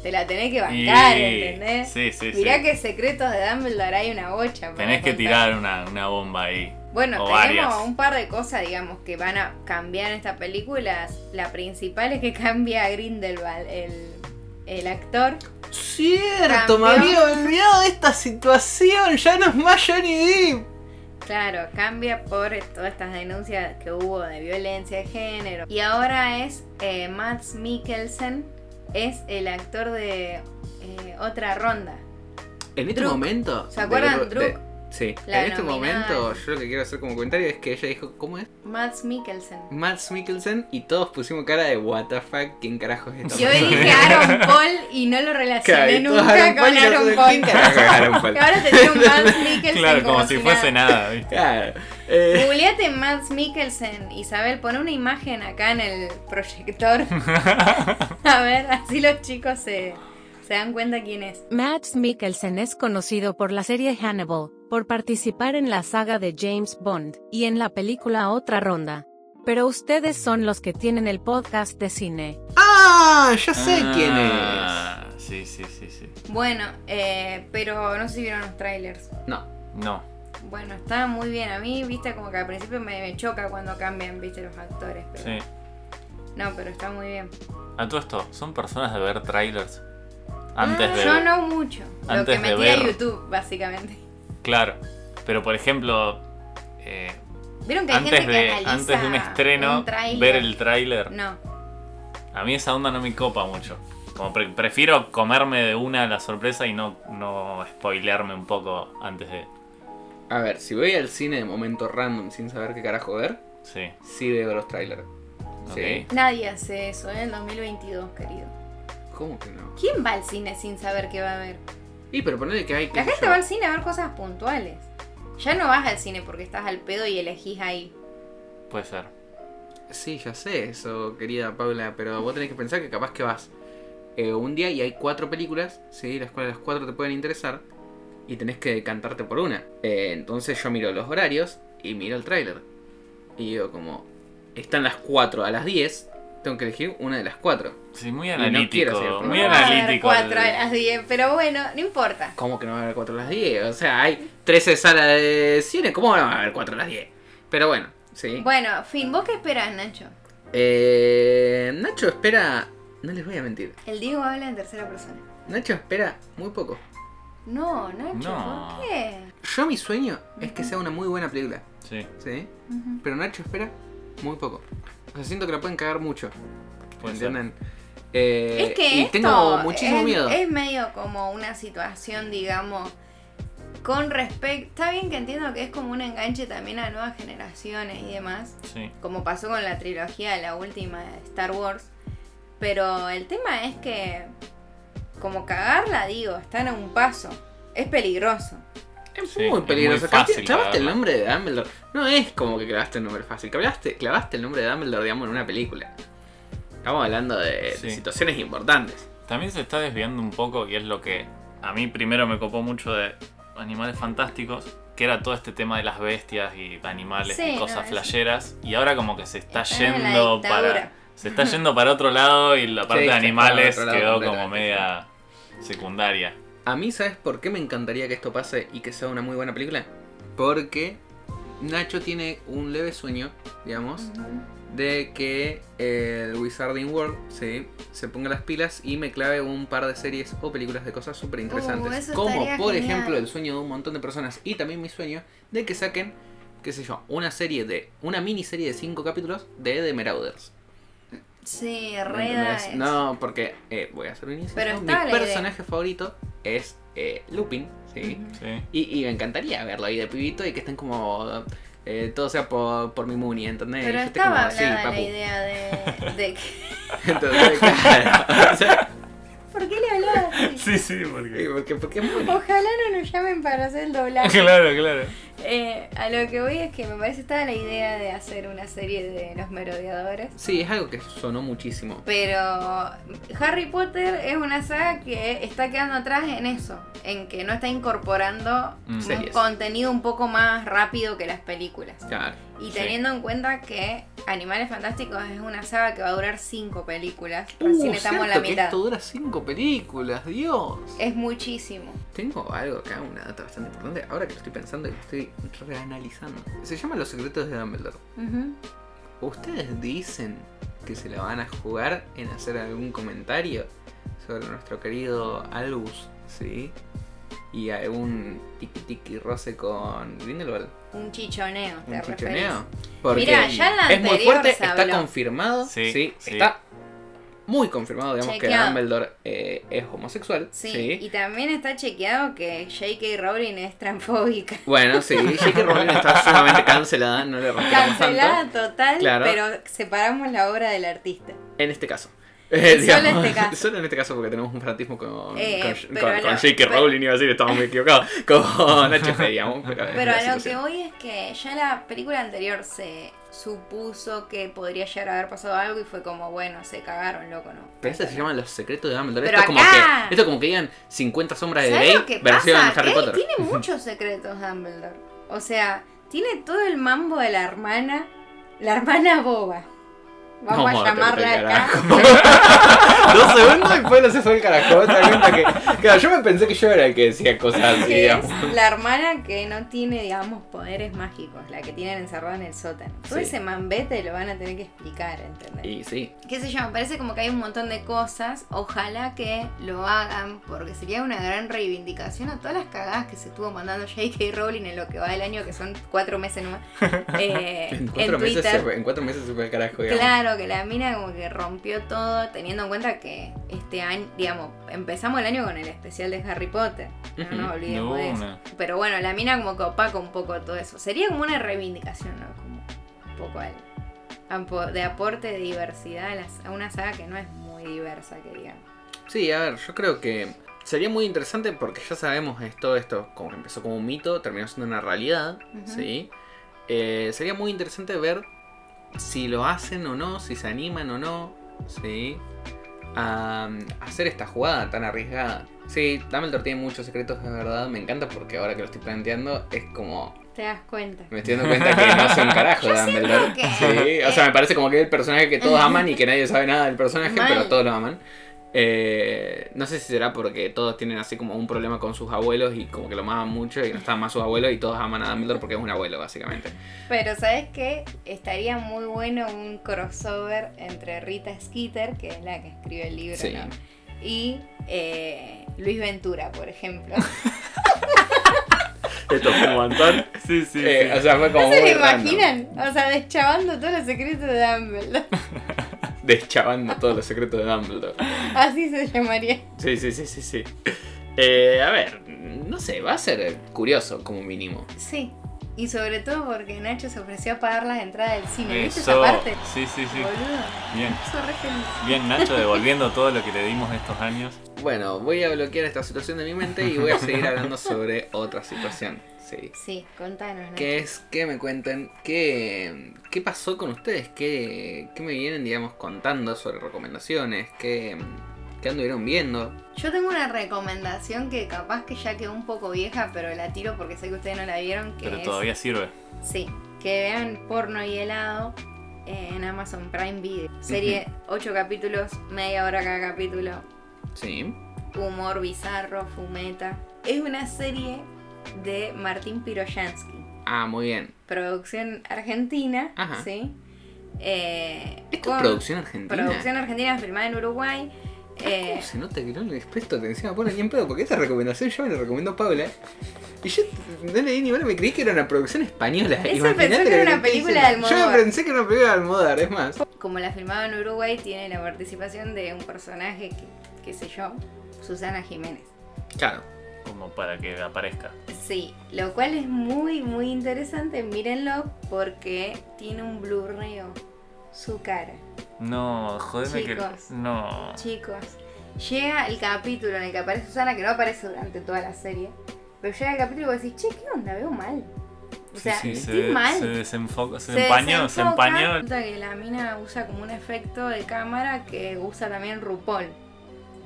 te la tenés que bancar,
Y-
¿entendés?
Sí, sí,
Mirá
sí.
que secretos de Dumbledore hay una bocha. para
Tenés que
contar.
tirar una, una bomba
(laughs)
ahí.
Bueno,
o
tenemos
varias.
un par de cosas, digamos, que van a cambiar en esta película. La principal es que cambia a Grindelwald, el, el actor.
Cierto,
Cambió.
me había olvidado de esta situación. Ya no es más Johnny Depp.
Claro, cambia por todas estas denuncias que hubo de violencia de género. Y ahora es eh, Max Mikkelsen, es el actor de eh, otra ronda.
En este
Druk.
momento.
¿Se acuerdan?
de-
Druk,
de- sí.
La
en este
nominada.
momento, yo lo que quiero hacer como comentario es que ella dijo, ¿cómo es?
Max Mikkelsen.
Mm.
Mads Mikkelsen y todos pusimos cara de what the fuck, ¿quién carajo es esta
Yo
persona?" (laughs)
(laughs)
dije Aaron Paul y no lo
Claro,
relacioné
y todos
nunca con
y
Aaron
nosotros,
Paul.
"¿Quién
(laughs)
carajo es Aaron Paul?"
Que ahora te tengo Max
(laughs)
Mikkelsen.
Claro, como si fuese
nada.
nada. ¿viste?
Claro. Eh,
Googleate Max Mikkelsen, Isabel, pon una imagen acá en el
(laughs)
proyector. A ver, así los chicos se, se dan cuenta quién es.
Mads Mikkelsen es conocido por la serie Hannibal, por participar en la saga de James Bond y en la película Otra Ronda. Pero ustedes son los que tienen el podcast de cine.
ah, ya sé quién es.
Ah, Sí, sí, sí, sí.
Bueno, eh, pero no sé si vieron los trailers.
No.
No.
Bueno, está muy bien. A mí, viste, como que al principio me, me choca cuando cambian, viste, los actores. pero-
Sí.
No, pero está muy bien.
A todo esto, ¿son personas de ver trailers? Antes de.
Ah, Yo no mucho. Lo
antes
que me
de
tira
ver.
YouTube, básicamente. (laughs)
Claro. Pero por ejemplo, eh,
¿Vieron que hay
antes,
gente que
de,
analiza
antes de un estreno,
tráiler?
ver el tráiler.
No,
A mí esa onda no me copa mucho. Como pre- prefiero comerme de una la sorpresa y no, no spoilearme un poco antes de.
A ver, si voy al cine de momento random sin saber qué carajo ver,
Sí.
sí veo los trailers. Sí.
Ok.
nadie hace eso ¿eh? en el 2022, querido.
¿Cómo que no?
¿Quién va al cine sin saber qué va a ver?
Y pero ponele que hay
La
qué sé
gente
yo.
va al cine a ver cosas puntuales. Ya no vas al cine porque estás al pedo y elegís ahí.
Puede ser.
Sí, ya sé eso, querida Paula, pero vos tenés que pensar que capaz que vas eh, un día y hay cuatro películas, ¿sí? las cuales las cuatro te pueden interesar y tenés que decantarte por una. Eh, entonces yo miro los horarios y miro el tráiler. Y digo como, están las cuatro a las 10, tengo que elegir una de las cuatro.
Sí, muy
no
analítico.
quiero ser-
muy
No va a haber
analítico. el-
cuatro a las 10, pero bueno, no importa.
¿Cómo que no va a haber 4 a las 10? O sea, hay 13 salas de cine, ¿cómo no va a haber 4 a las 10? Pero bueno, sí.
Bueno, fin, ¿vos qué esperás, Nacho?
Eh, Nacho espera, no les voy a mentir,
El Diego habla en tercera persona.
Nacho espera muy poco.
No, Nacho,
No.
¿por qué?
Yo mi sueño es que sea una muy buena película,
Sí,
¿sí?
Ujú.
Pero Nacho espera muy poco. O sea, siento que la pueden cagar mucho,
puede ser.
¿entienden? Eh,
es que
y
esto
tengo muchísimo
es,
miedo.
es medio como una situación, digamos, con respecto. Está bien que entiendo que es como un enganche también a nuevas generaciones y demás,
Sí.
como pasó con la trilogía, la última de Star Wars. Pero el tema es que, como cagarla, digo, están a un paso. Es peligroso.
Es
Sí,
muy
es
peligroso.
muy fácil
Cambi- clavaste el
cagarla.
nombre de Dumbledore. No es como que clavaste el nombre fácil. Clavaste, clavaste el nombre de Dumbledore, digamos, en una película. Estamos hablando de,
Sí.
de situaciones importantes.
También se está desviando un poco y es lo que a mí primero me copó mucho de Animales Fantásticos, que era todo este tema de las bestias y animales
Sí,
y
no,
cosas
eso-
flasheras y ahora como que se está
Están en la
yendo
dictadura.
para se está yendo para otro lado y la parte de
Sí, se fue
animales
para otro lado
quedó como
completamente,
media secundaria.
A mí, ¿sabes por qué me encantaría que esto pase y que sea una muy buena película? Porque Nacho tiene un leve sueño, digamos,
Ujú.
de que el Wizarding World ¿sí? se ponga las pilas y me clave un par de series o películas de cosas súper
Uh,
interesantes.
eso
como
estaría
por
genial.
ejemplo el sueño de un montón de personas y también mi sueño de que saquen, qué sé yo, una serie de, una miniserie de cinco capítulos de The Marauders.
Sí,
¿Me
reda.
entendés?
es-
No, porque eh, voy a hacer un inicio.
Pero
Mi
está la idea.
personaje favorito es eh, Lupin, ¿sí?
Ujú.
Sí.
Y, y me encantaría verlo ahí de pibito y que estén como... eh, todo sea por, por mi Muni, ¿entendés?
Pero
Eh, Yo esté
estaba
como, "Sí,
hablada la
papu".
idea de, de que-
(laughs) Entonces, claro. O
(laughs)
sea,
¿Por qué le hablaba así?
Sí, sí,
y
porque
porque, porque es muy-
Ojalá no nos llamen para hacer
(laughs)
el doblaje.
(laughs) Claro, claro.
Eh, a lo que voy es que me parece estaba la idea de hacer una serie de los merodeadores.
Sí, es algo que sonó muchísimo.
Pero Harry Potter es una saga que está quedando atrás en eso, en que no está incorporando
Mm.
un
Series.
contenido un poco más rápido que las películas.
Claro.
Y
Sí.
teniendo en cuenta que Animales Fantásticos es una saga que va a durar cinco películas,
Uh,
recién estamos en la
cierto que
mitad.
Esto dura cinco películas, Dios.
Es muchísimo.
Tengo algo acá, una data bastante importante. Ahora que lo estoy pensando y lo estoy reanalizando. Se llama Los secretos de Dumbledore.
Ujú.
¿Ustedes dicen que se la van a jugar en hacer algún comentario sobre nuestro querido Albus, sí? Y algún tiki tiki roce con Grindelwald.
Un chichoneo, te
un
referís.
chichoneo. Porque
Mirá, ya en la
es muy
anterior
fuerte,
se
está
habló.
confirmado.
Sí,
Sí,
sí.
está muy confirmado, digamos, que
Chequeado.
Dumbledore eh, es homosexual.
Sí,
Sí.
y también está chequeado que J.K. Rowling
(laughs)
es transfóbica.
Bueno, sí, J.K. Rowling está sumamente cancelada, no le respetamos tanto.
Cancelada total,
Claro.
pero separamos la obra del artista.
En este (laughs) caso.
Solo en
(laughs)
este caso.
Solo en este caso porque tenemos un fanatismo con,
Eh,
con,
pero
con-
a lo-
con J.K.
pero-
Rowling, iba a decir, estaba muy equivocado, (laughs) con HP, digamos. Pero, es
Pero
la
a lo que
situación.
voy es que ya la película anterior se supuso que podría llegar a haber pasado algo y fue como, bueno, se cagaron, loco, ¿no?
Pero esto se llama Los Secretos de Dumbledore.
Pero
esto, es como
acá-
que, esto es como que digan 50 sombras de
¿Sabes
Grey
lo que
versión
pasa? Que
Harry
él
Potter.
tiene muchos secretos Dumbledore. O sea, tiene todo el mambo de la hermana, la hermana boba. Vamos
No,
a
te
llamarla
metes el
acá.
(laughs)
(laughs)
Dos segundos y después lo se fue el carajo. Te das cuenta que. Claro, yo me pensé que yo era el que decía cosas así,
(laughs) que es
digamos.
la hermana que no tiene, digamos, poderes mágicos, la que tienen encerrada en el sótano. Todo
Sí.
ese mambete lo van a tener que explicar, ¿entendés?
Y sí.
Qué sé yo, me parece como que hay un montón de cosas. Ojalá que lo hagan, porque sería una gran reivindicación a todas las cagadas que se estuvo mandando J.K. Rowling en lo que va del año, que son cuatro
(laughs)
meses nomás. eh,
En cuatro,
en
meses
Twitter.
se fue, en cuatro meses se fue el carajo, digamos.
Claro, que la mina como que rompió todo, teniendo en cuenta que este año, digamos, empezamos el año con el especial de Harry Potter. No
Ujú.
nos olvidemos
De
de eso.
una.
Pero bueno, la mina como que opaca un poco todo eso. Sería como una reivindicación, ¿no? Como un poco al- ampo- de aporte de diversidad a, las- a una saga que no es muy diversa, que digamos.
Sí, a ver, yo creo que sería muy interesante porque ya sabemos es- todo esto, como que empezó como un mito, terminó siendo una realidad,
Ujú.
¿sí? Eh, sería muy interesante ver si lo hacen o no, si se animan o no, ¿sí? a mm, hacer esta jugada tan arriesgada. Sí, Dumbledore tiene muchos secretos, es verdad, me encanta porque ahora que lo estoy planteando es como...
Te das cuenta.
Me estoy dando cuenta que no sé
(laughs)
un carajo
Yo
Dumbledore.
siento que-
Sí, o sea, me parece como que es el personaje que todos aman y que nadie sabe nada del personaje,
Mal.
pero todos lo aman. Eh, no sé si será porque todos tienen así como un problema con sus abuelos y como que lo amaban mucho y no estaban más sus abuelos y todos aman a Dumbledore porque es un abuelo, básicamente.
Pero ¿sabes qué? Estaría muy bueno un crossover entre Rita Skeeter, que es la que escribe el libro,
Sí.
¿no? y eh, Luis Ventura,
(laughs)
por ejemplo.
Esto es un montón. Sí, sí.
Eh, o sea, fue como.
Oh,
¿No se
muy
lo
random,
imaginan? O sea, deschavando todos los secretos de Dumbledore. (laughs)
Deschavando todos los secretos de Dumbledore.
Así se llamaría.
Sí, sí, sí, sí, sí. Eh, a ver, no sé, va a ser curioso como mínimo.
Sí. Y sobre todo porque Nacho se ofreció a pagar las entradas del cine. ¿Viste
Eso.
esa parte?
Sí, sí, sí.
Boludo,
Bien.
eso re feliz.
Bien, Nacho, devolviendo todo lo que te dimos estos
(laughs)
años.
Bueno, voy a bloquear esta situación de mi mente y voy a seguir hablando sobre otra situación. Sí.
Sí, contanos, Nacho.
Que es que me cuenten qué, qué pasó con ustedes, qué, qué me vienen, digamos, contando sobre recomendaciones, qué, qué anduvieron viendo.
Yo tengo una recomendación que capaz que ya quedó un poco vieja, pero la tiro porque sé que ustedes no la vieron. Que
Pero
es-
todavía sirve.
Sí, que vean porno y helado eh, en Amazon Prime Video. Serie 8 capítulos, media hora cada capítulo.
Sí.
Humor bizarro, fumeta. Es una serie de Martín Piroyansky,
Ah, muy bien.
producción argentina,
Ajá.
¿sí? Eh,
Esto
con
es producción argentina.
producción argentina filmada en Uruguay. eh,
¿Cómo se nota que no le presto atención a Paula ni en pedo? Porque esta recomendación yo me la recomendó Paula. Y yo no leí ni bueno, me creí que era una producción española.
Esa
Imaginate
pensó que
lo
era
te
una
estoy
película
diciendo.
de Almodóvar.
Yo pensé que era una película de Almodóvar, es más.
como la filmaba en Uruguay, tiene la participación de un personaje que, qué sé yo, Susana Jiménez.
Claro.
Como para que aparezca.
Sí, lo cual es muy, muy interesante. Mírenlo porque tiene un blurreo su cara.
No, jodeme
Chicos.
que. No.
Chicos, llega el capítulo en el que aparece Susana, que no aparece durante toda la serie, pero llega el capítulo y vos decís, che, ¿qué onda? Veo mal. O sea,
sí, sí,
estoy
se,
mal.
se desenfoca, se,
Se
empañó, se
desenfoca,
empañó.
resulta que la mina usa como un efecto de cámara que usa también RuPaul.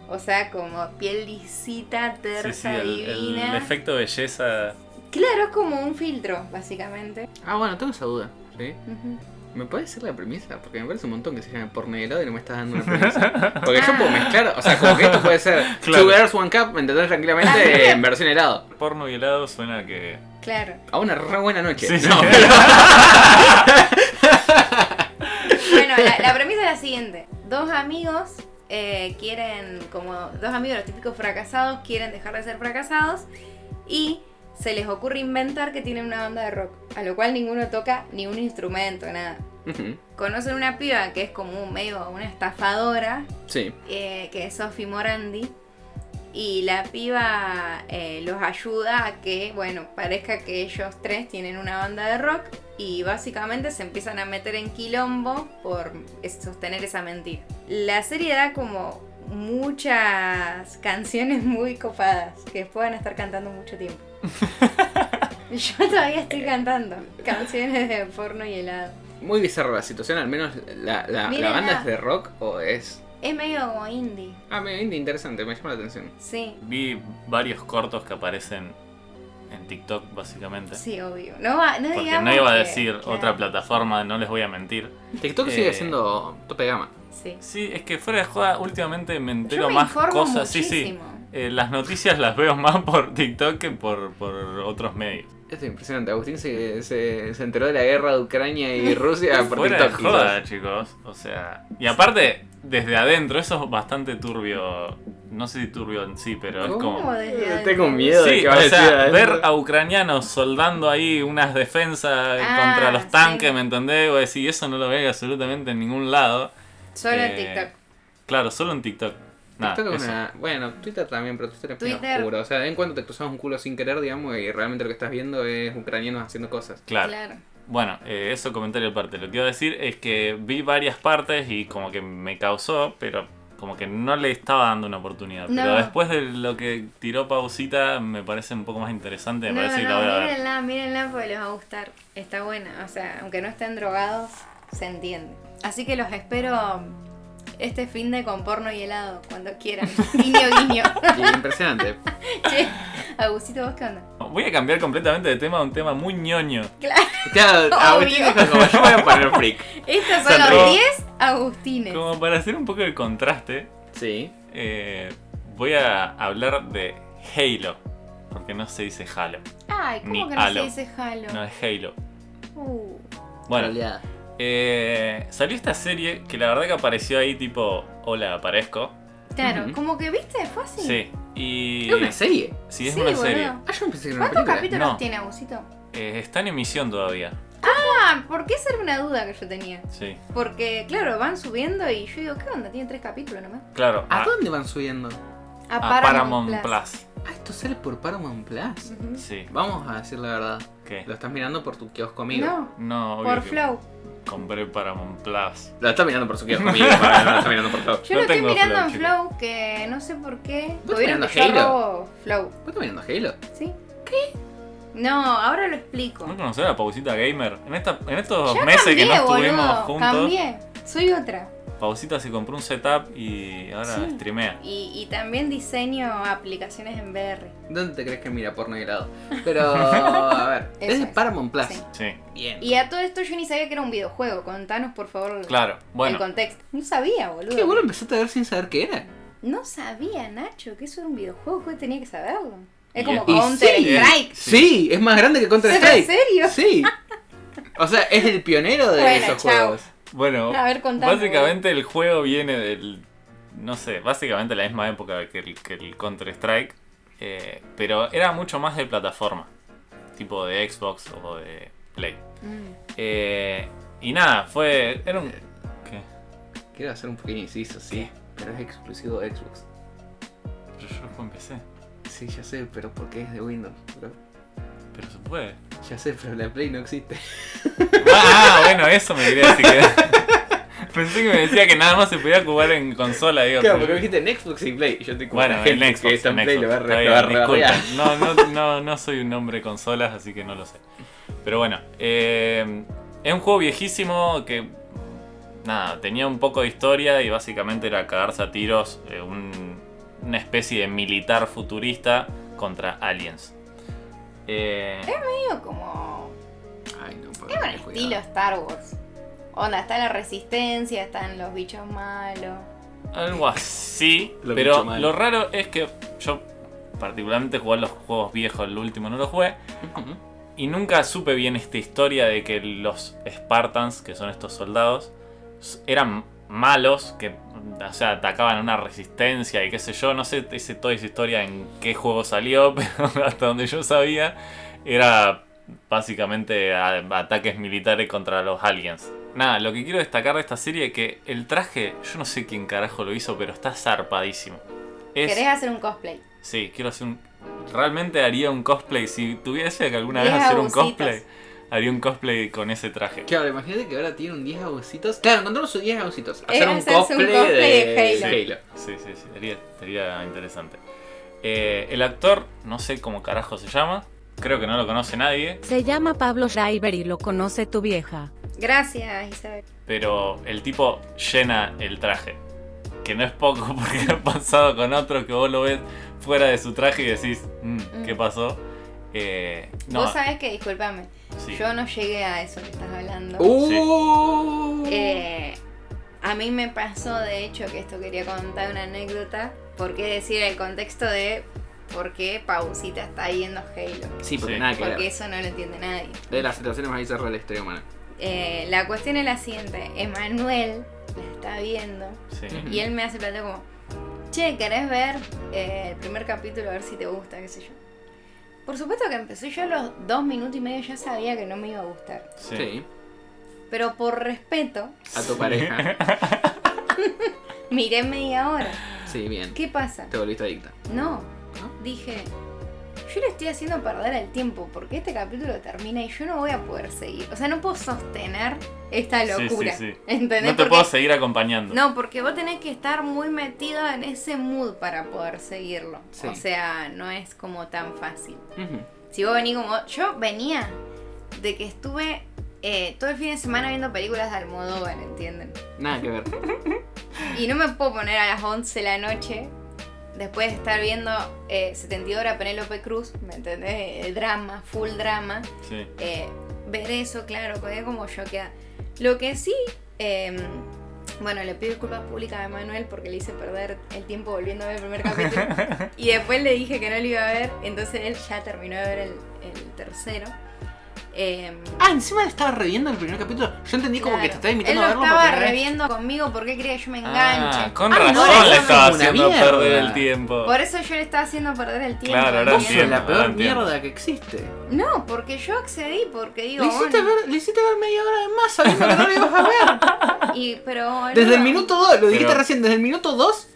O sea, como piel lisita, tersa,
Sí, sí, el, el
divina.
efecto belleza.
Claro, es como un filtro, básicamente.
Ah, bueno, tengo esa duda. ¿Sí?
Ujú.
¿Me puedes decir la premisa? Porque me parece un montón que se llame porno y helado y no me estás dando una premisa. Porque yo puedo mezclar, o sea, como que esto puede ser
Ah. (laughs) Claro. Ah,
Two Girls One Cup, ¿me entendés tranquilamente? en versión helado.
Porno y helado suena que.
Claro.
A una re buena noche.
Sí, sí. (laughs)
No,
Bueno, la, la premisa es la siguiente. Dos amigos eh, quieren, como dos amigos, los típicos fracasados, quieren dejar de ser fracasados y se les ocurre inventar que tienen una banda de rock, a lo cual ninguno toca ni un instrumento, nada.
Ujú,
Conocen una piba que es como un medio una estafadora,
Sí.
eh, que es Sophie Morandi. Y la piba eh, los ayuda a que, bueno, parezca que ellos tres tienen una banda de rock y básicamente se empiezan a meter en quilombo por es- sostener esa mentira. La serie da como muchas canciones muy copadas que puedan estar cantando mucho tiempo. Yo todavía estoy cantando canciones de porno y helado.
Muy bizarra la situación, al menos la, la- la
Mírenla.
banda es de rock o es...
Es medio como indie,
Ah, medio indie interesante, me llama la atención.
sí.
Vi varios cortos que aparecen en TikTok, básicamente.
Sí, obvio. No, va- no
Porque
digamos
no iba a
que-
decir
claro.
otra plataforma, no les voy a mentir.
TikTok
Eh,
sigue siendo tope de gama.
Sí.
Sí, es que fuera de joda, últimamente me entero
Yo me
más
informo
cosas. Sí, sí.
muchísimo.
Eh, las noticias las veo más por TikTok que por, por otros medios.
Esto es impresionante. Agustín se, se, se enteró de la guerra de Ucrania y Rusia por
Fuera de
TikTok. quizás.
joda, chicos. O sea. Y aparte, desde adentro, eso es bastante turbio. No sé si turbio en sí, pero es
¿Cómo?
como.
¿Cómo desde adentro?
Eh, Tengo miedo de
Sí,
que
o
vaya a decir
sea,
adentro.
ver a ucranianos soldando ahí unas defensas
Ah,
contra los tanques,
sí.
¿me entendés? Voy a decir, eso no lo veo absolutamente en ningún lado.
Solo en
Eh,
TikTok.
Claro, solo en TikTok. Nah,
TikTok es
Ah, eso.
una- bueno, Twitter también, pero Twitter es
Twitter.
medio oscuro. O sea, en cuanto te cruzas un culo sin querer, digamos, y realmente lo que estás viendo es ucranianos
(laughs)
haciendo cosas.
Claro. Bueno, eh, eso comentario aparte. Lo que iba a decir es que vi varias partes y como que me causó, pero como que no le estaba dando una oportunidad. Pero
No.
después de lo que tiró Pausita, me parece un poco más interesante. Me
No,
parece que la
no,
voy a ver.
mírenla, mírenla porque les va a gustar. Está buena. O sea, aunque no estén drogados, se entiende. Así que los espero este fin de con porno y helado, cuando
(laughs)
quieran. Guiño, guiño. (laughs)
Y impresionante.
che, Agusito, ¿vos qué onda?
Voy a cambiar completamente de tema a un tema muy ñoño.
(laughs) Claro, Agustín dijo como yo voy a poner freak.
Estos son
Sonríe.
los 10 Agustines.
Como para hacer un poco de contraste,
Sí.
eh, voy a hablar de Halo. Porque no se dice Halo.
Ay, ¿cómo
Ni
que no
halo.
se dice Halo?
No es Halo.
Uh,
Bueno,
Troleada.
eh, salió esta serie que la verdad que apareció ahí tipo, hola, aparezco.
claro,
Ujú.
como que viste, fue así.
Sí. Y...
¿Es una serie?
Sí, es
Sí,
una
boludo.
serie.
Ah, yo pensé que era una
¿Cuántos
película.
capítulos
No.
tiene Agusito?
Eh, está en emisión todavía.
Ah, porque esa era una duda que yo tenía.
Sí.
Porque, claro, van subiendo y yo digo, ¿qué onda? Tiene tres capítulos nomás.
Claro.
¿A dónde van subiendo?
A,
a Paramount,
Ah, esto sale por Paramount Plus.
Ujú.
Plus. Sí.
Vamos a decir la verdad.
¿Qué?
Lo estás mirando por tu kiosco amigo.
No,
No, obvio
por
que
Flow.
Compré Paramount Plus.
Lo estás mirando por su kiosco amigo. (laughs) para- no lo estás mirando por todo.
No
Yo lo estoy
tengo
mirando
Flow,
en
chico.
Flow, que no sé por qué.
¿Vos
Tuvieron
estás
que
mirando
yo
Halo?
robo Flow,
¿Vos estás mirando Halo?
¿sí? ¿Qué? No, ahora lo explico.
¿No conocés a Pausita Gamer? En, esta, en estos
Ya
meses que no
cambié,
estuvimos
boludo,
juntos,
Cambié, soy otra.
Pausita se compró un setup y ahora
Sí.
streamea.
Y, y también diseño aplicaciones en VR.
¿Dónde te crees que mira porno y helado? Pero, a ver.
(laughs) Eso
es de
es.
Paramount Plus.
Sí.
Sí,
Bien.
Y a todo esto yo ni sabía que era un videojuego. Contanos, por favor,
claro.
el
Bueno,
contexto. No sabía, boludo.
¿Qué? ¿Vos lo empezaste a ver sin saber qué era?
No sabía, Nacho, que eso era un videojuego. Que tenía que saberlo. Es
Y-
como
y
Counter
sí.
Strike.
Sí, es más grande que Counter
¿Será
Strike.
en serio?
Sí. O sea, es el pionero de
Bueno,
esos
chao.
juegos.
bueno
A ver, contame.
básicamente el juego viene del. No sé, básicamente la misma época que el, que el Counter-Strike. eh, pero era mucho más de plataforma. Tipo de Xbox o de Play.
Mm.
Eh, y nada, fue. Era un. Eh, ¿Qué?
Quiero hacer un pequeño inciso, sí. Pero es exclusivo de Xbox.
Pero yo lo empecé.
Sí, ya sé, pero porque es de Windows, bro.
Pero se puede.
Ya sé, pero la Play no existe.
Ah, bueno, eso me quería decir. que- (laughs) Pensé que me decía que nada más se podía jugar en consola, digo.
Claro,
pero-
porque dijiste en Xbox y Play. Y yo te como
Bueno,
la
en
gente
Xbox.
que está en
en
Play
Xbox.
lo va a
Está
re-
bien,
lo va a re- barrear. (laughs)
disculpen. No, no, no, no soy un hombre de consolas, así que no lo sé. Pero bueno, eh, es un juego viejísimo que. Nada, tenía un poco de historia y básicamente era cagarse a tiros eh, un- una especie de militar futurista contra aliens. Eh,
Medio como
Ay, no puedo.
Es un estilo Star Wars. Onda, está la resistencia, están los bichos malos.
Algo así.
Lo
pero
mucho mal.
lo raro es que yo particularmente jugué los juegos viejos, el último no lo jugué. Y nunca supe bien esta historia de que los Spartans, que son estos soldados, s- eran malos, que o sea, atacaban una resistencia y qué sé yo. No sé ese- toda esa historia en qué juego salió, (laughs) pero hasta donde yo sabía era básicamente a- ataques militares contra los aliens. Nada, lo que quiero destacar de esta serie es que el traje, yo no sé quién carajo lo hizo, pero está zarpadísimo. Es-
¿Querés hacer un cosplay?
Sí, quiero hacer un. Realmente haría un cosplay. Si tuviese que alguna vez
Diez
hacer un
abusitos.
cosplay, haría un cosplay con ese traje.
(laughs) Claro, imagínate que ahora tiene un 10 abusitos. Claro, encontramos sus 10 abusitos.
Eh,
Hacer un
hacerse un
cosplay,
cosplay
de,
de
de
Halo.
Halo.
Sí, sí, sí. Sería, sería interesante. Eh, el actor, no sé cómo carajo se llama. Creo que no lo conoce nadie.
Se llama Pablo Schreiber y lo conoce tu vieja.
Gracias, Isabel.
Pero el tipo llena el traje. Que no es poco (laughs) porque ha pasado con otros que vos lo ves fuera de su traje y decís, "Mm, ¿qué
Mm.
pasó? Eh, no,
Vos sabés que, discúlpame,
sí.
yo no llegué a eso que estás hablando.
Uh,
Eh, a mí me pasó, de hecho, que esto quería contar una anécdota. ¿Por qué decir el contexto de por qué Pausita está yendo a Halo?
Sí, porque
sí.
nada que
Porque
ver.
eso no lo entiende nadie.
De las situaciones más bizarras de la historia humana.
Eh, la cuestión es la siguiente. Emanuel la está viendo (laughs)
Sí.
Y él me hace plata como, che, ¿querés ver eh, el primer capítulo a ver si te gusta? ¿Qué sé yo? Por supuesto que empecé yo a los dos minutos y medio ya sabía que no me iba a gustar.
Sí.
Sí.
Pero por respeto,
A tu
Sí.
pareja.
(laughs)
miré media hora.
Sí, bien.
¿Qué pasa?
Te volviste adicta.
No.
¿No?
Dije, yo le estoy haciendo perder el tiempo porque este capítulo termina y yo no voy a poder seguir. O sea, no puedo sostener esta
Sí, sí,
locura.
sí.
¿Entendés?
No te
Porque-
puedo seguir acompañando.
No, porque vos tenés que estar muy metido en ese mood para poder seguirlo.
Sí.
O sea, no es como tan fácil.
Ujú.
Si vos venís como. Yo venía de que estuve eh, todo el fin de semana viendo películas de Almodóvar, ¿entienden?
Nada que ver.
Y no me puedo poner a las 11 de la noche después de estar viendo eh, 72 horas Penélope Cruz, ¿me entendés? Eh, Drama, full drama.
Sí.
eh, ver eso, claro, quedé como choqueada. Lo que sí, eh, bueno, le pido disculpas públicas a Manuel porque le hice perder el tiempo volviendo a ver el primer capítulo.
(laughs)
y después le dije que no lo iba a ver, entonces él ya terminó de ver el, el tercero. Eh,
Ah, encima estaba reviendo el primer capítulo. Yo entendí como que te
claro,
estaba
Él
invitando
lo
a verlo.
estaba
por primera vez.
reviendo conmigo porque él quería que yo me enganche.
Ah, con
Ah, no,
razón
ahora
le
es
estaba
una
haciendo
mierda.
perder el tiempo.
Por eso yo le estaba haciendo perder el tiempo.
Claro, ahora
Vos sos
entiendo,
la peor
ahora entiendo.
mierda que existe.
No, porque yo accedí, porque digo.
Le hiciste,
bueno,
ver, le hiciste ver media hora de más sabiendo que no lo ibas a (laughs) ver.
y- pero,
Desde el
boludo,
minuto 2, lo dijiste
Pero-
recién, desde el minuto 2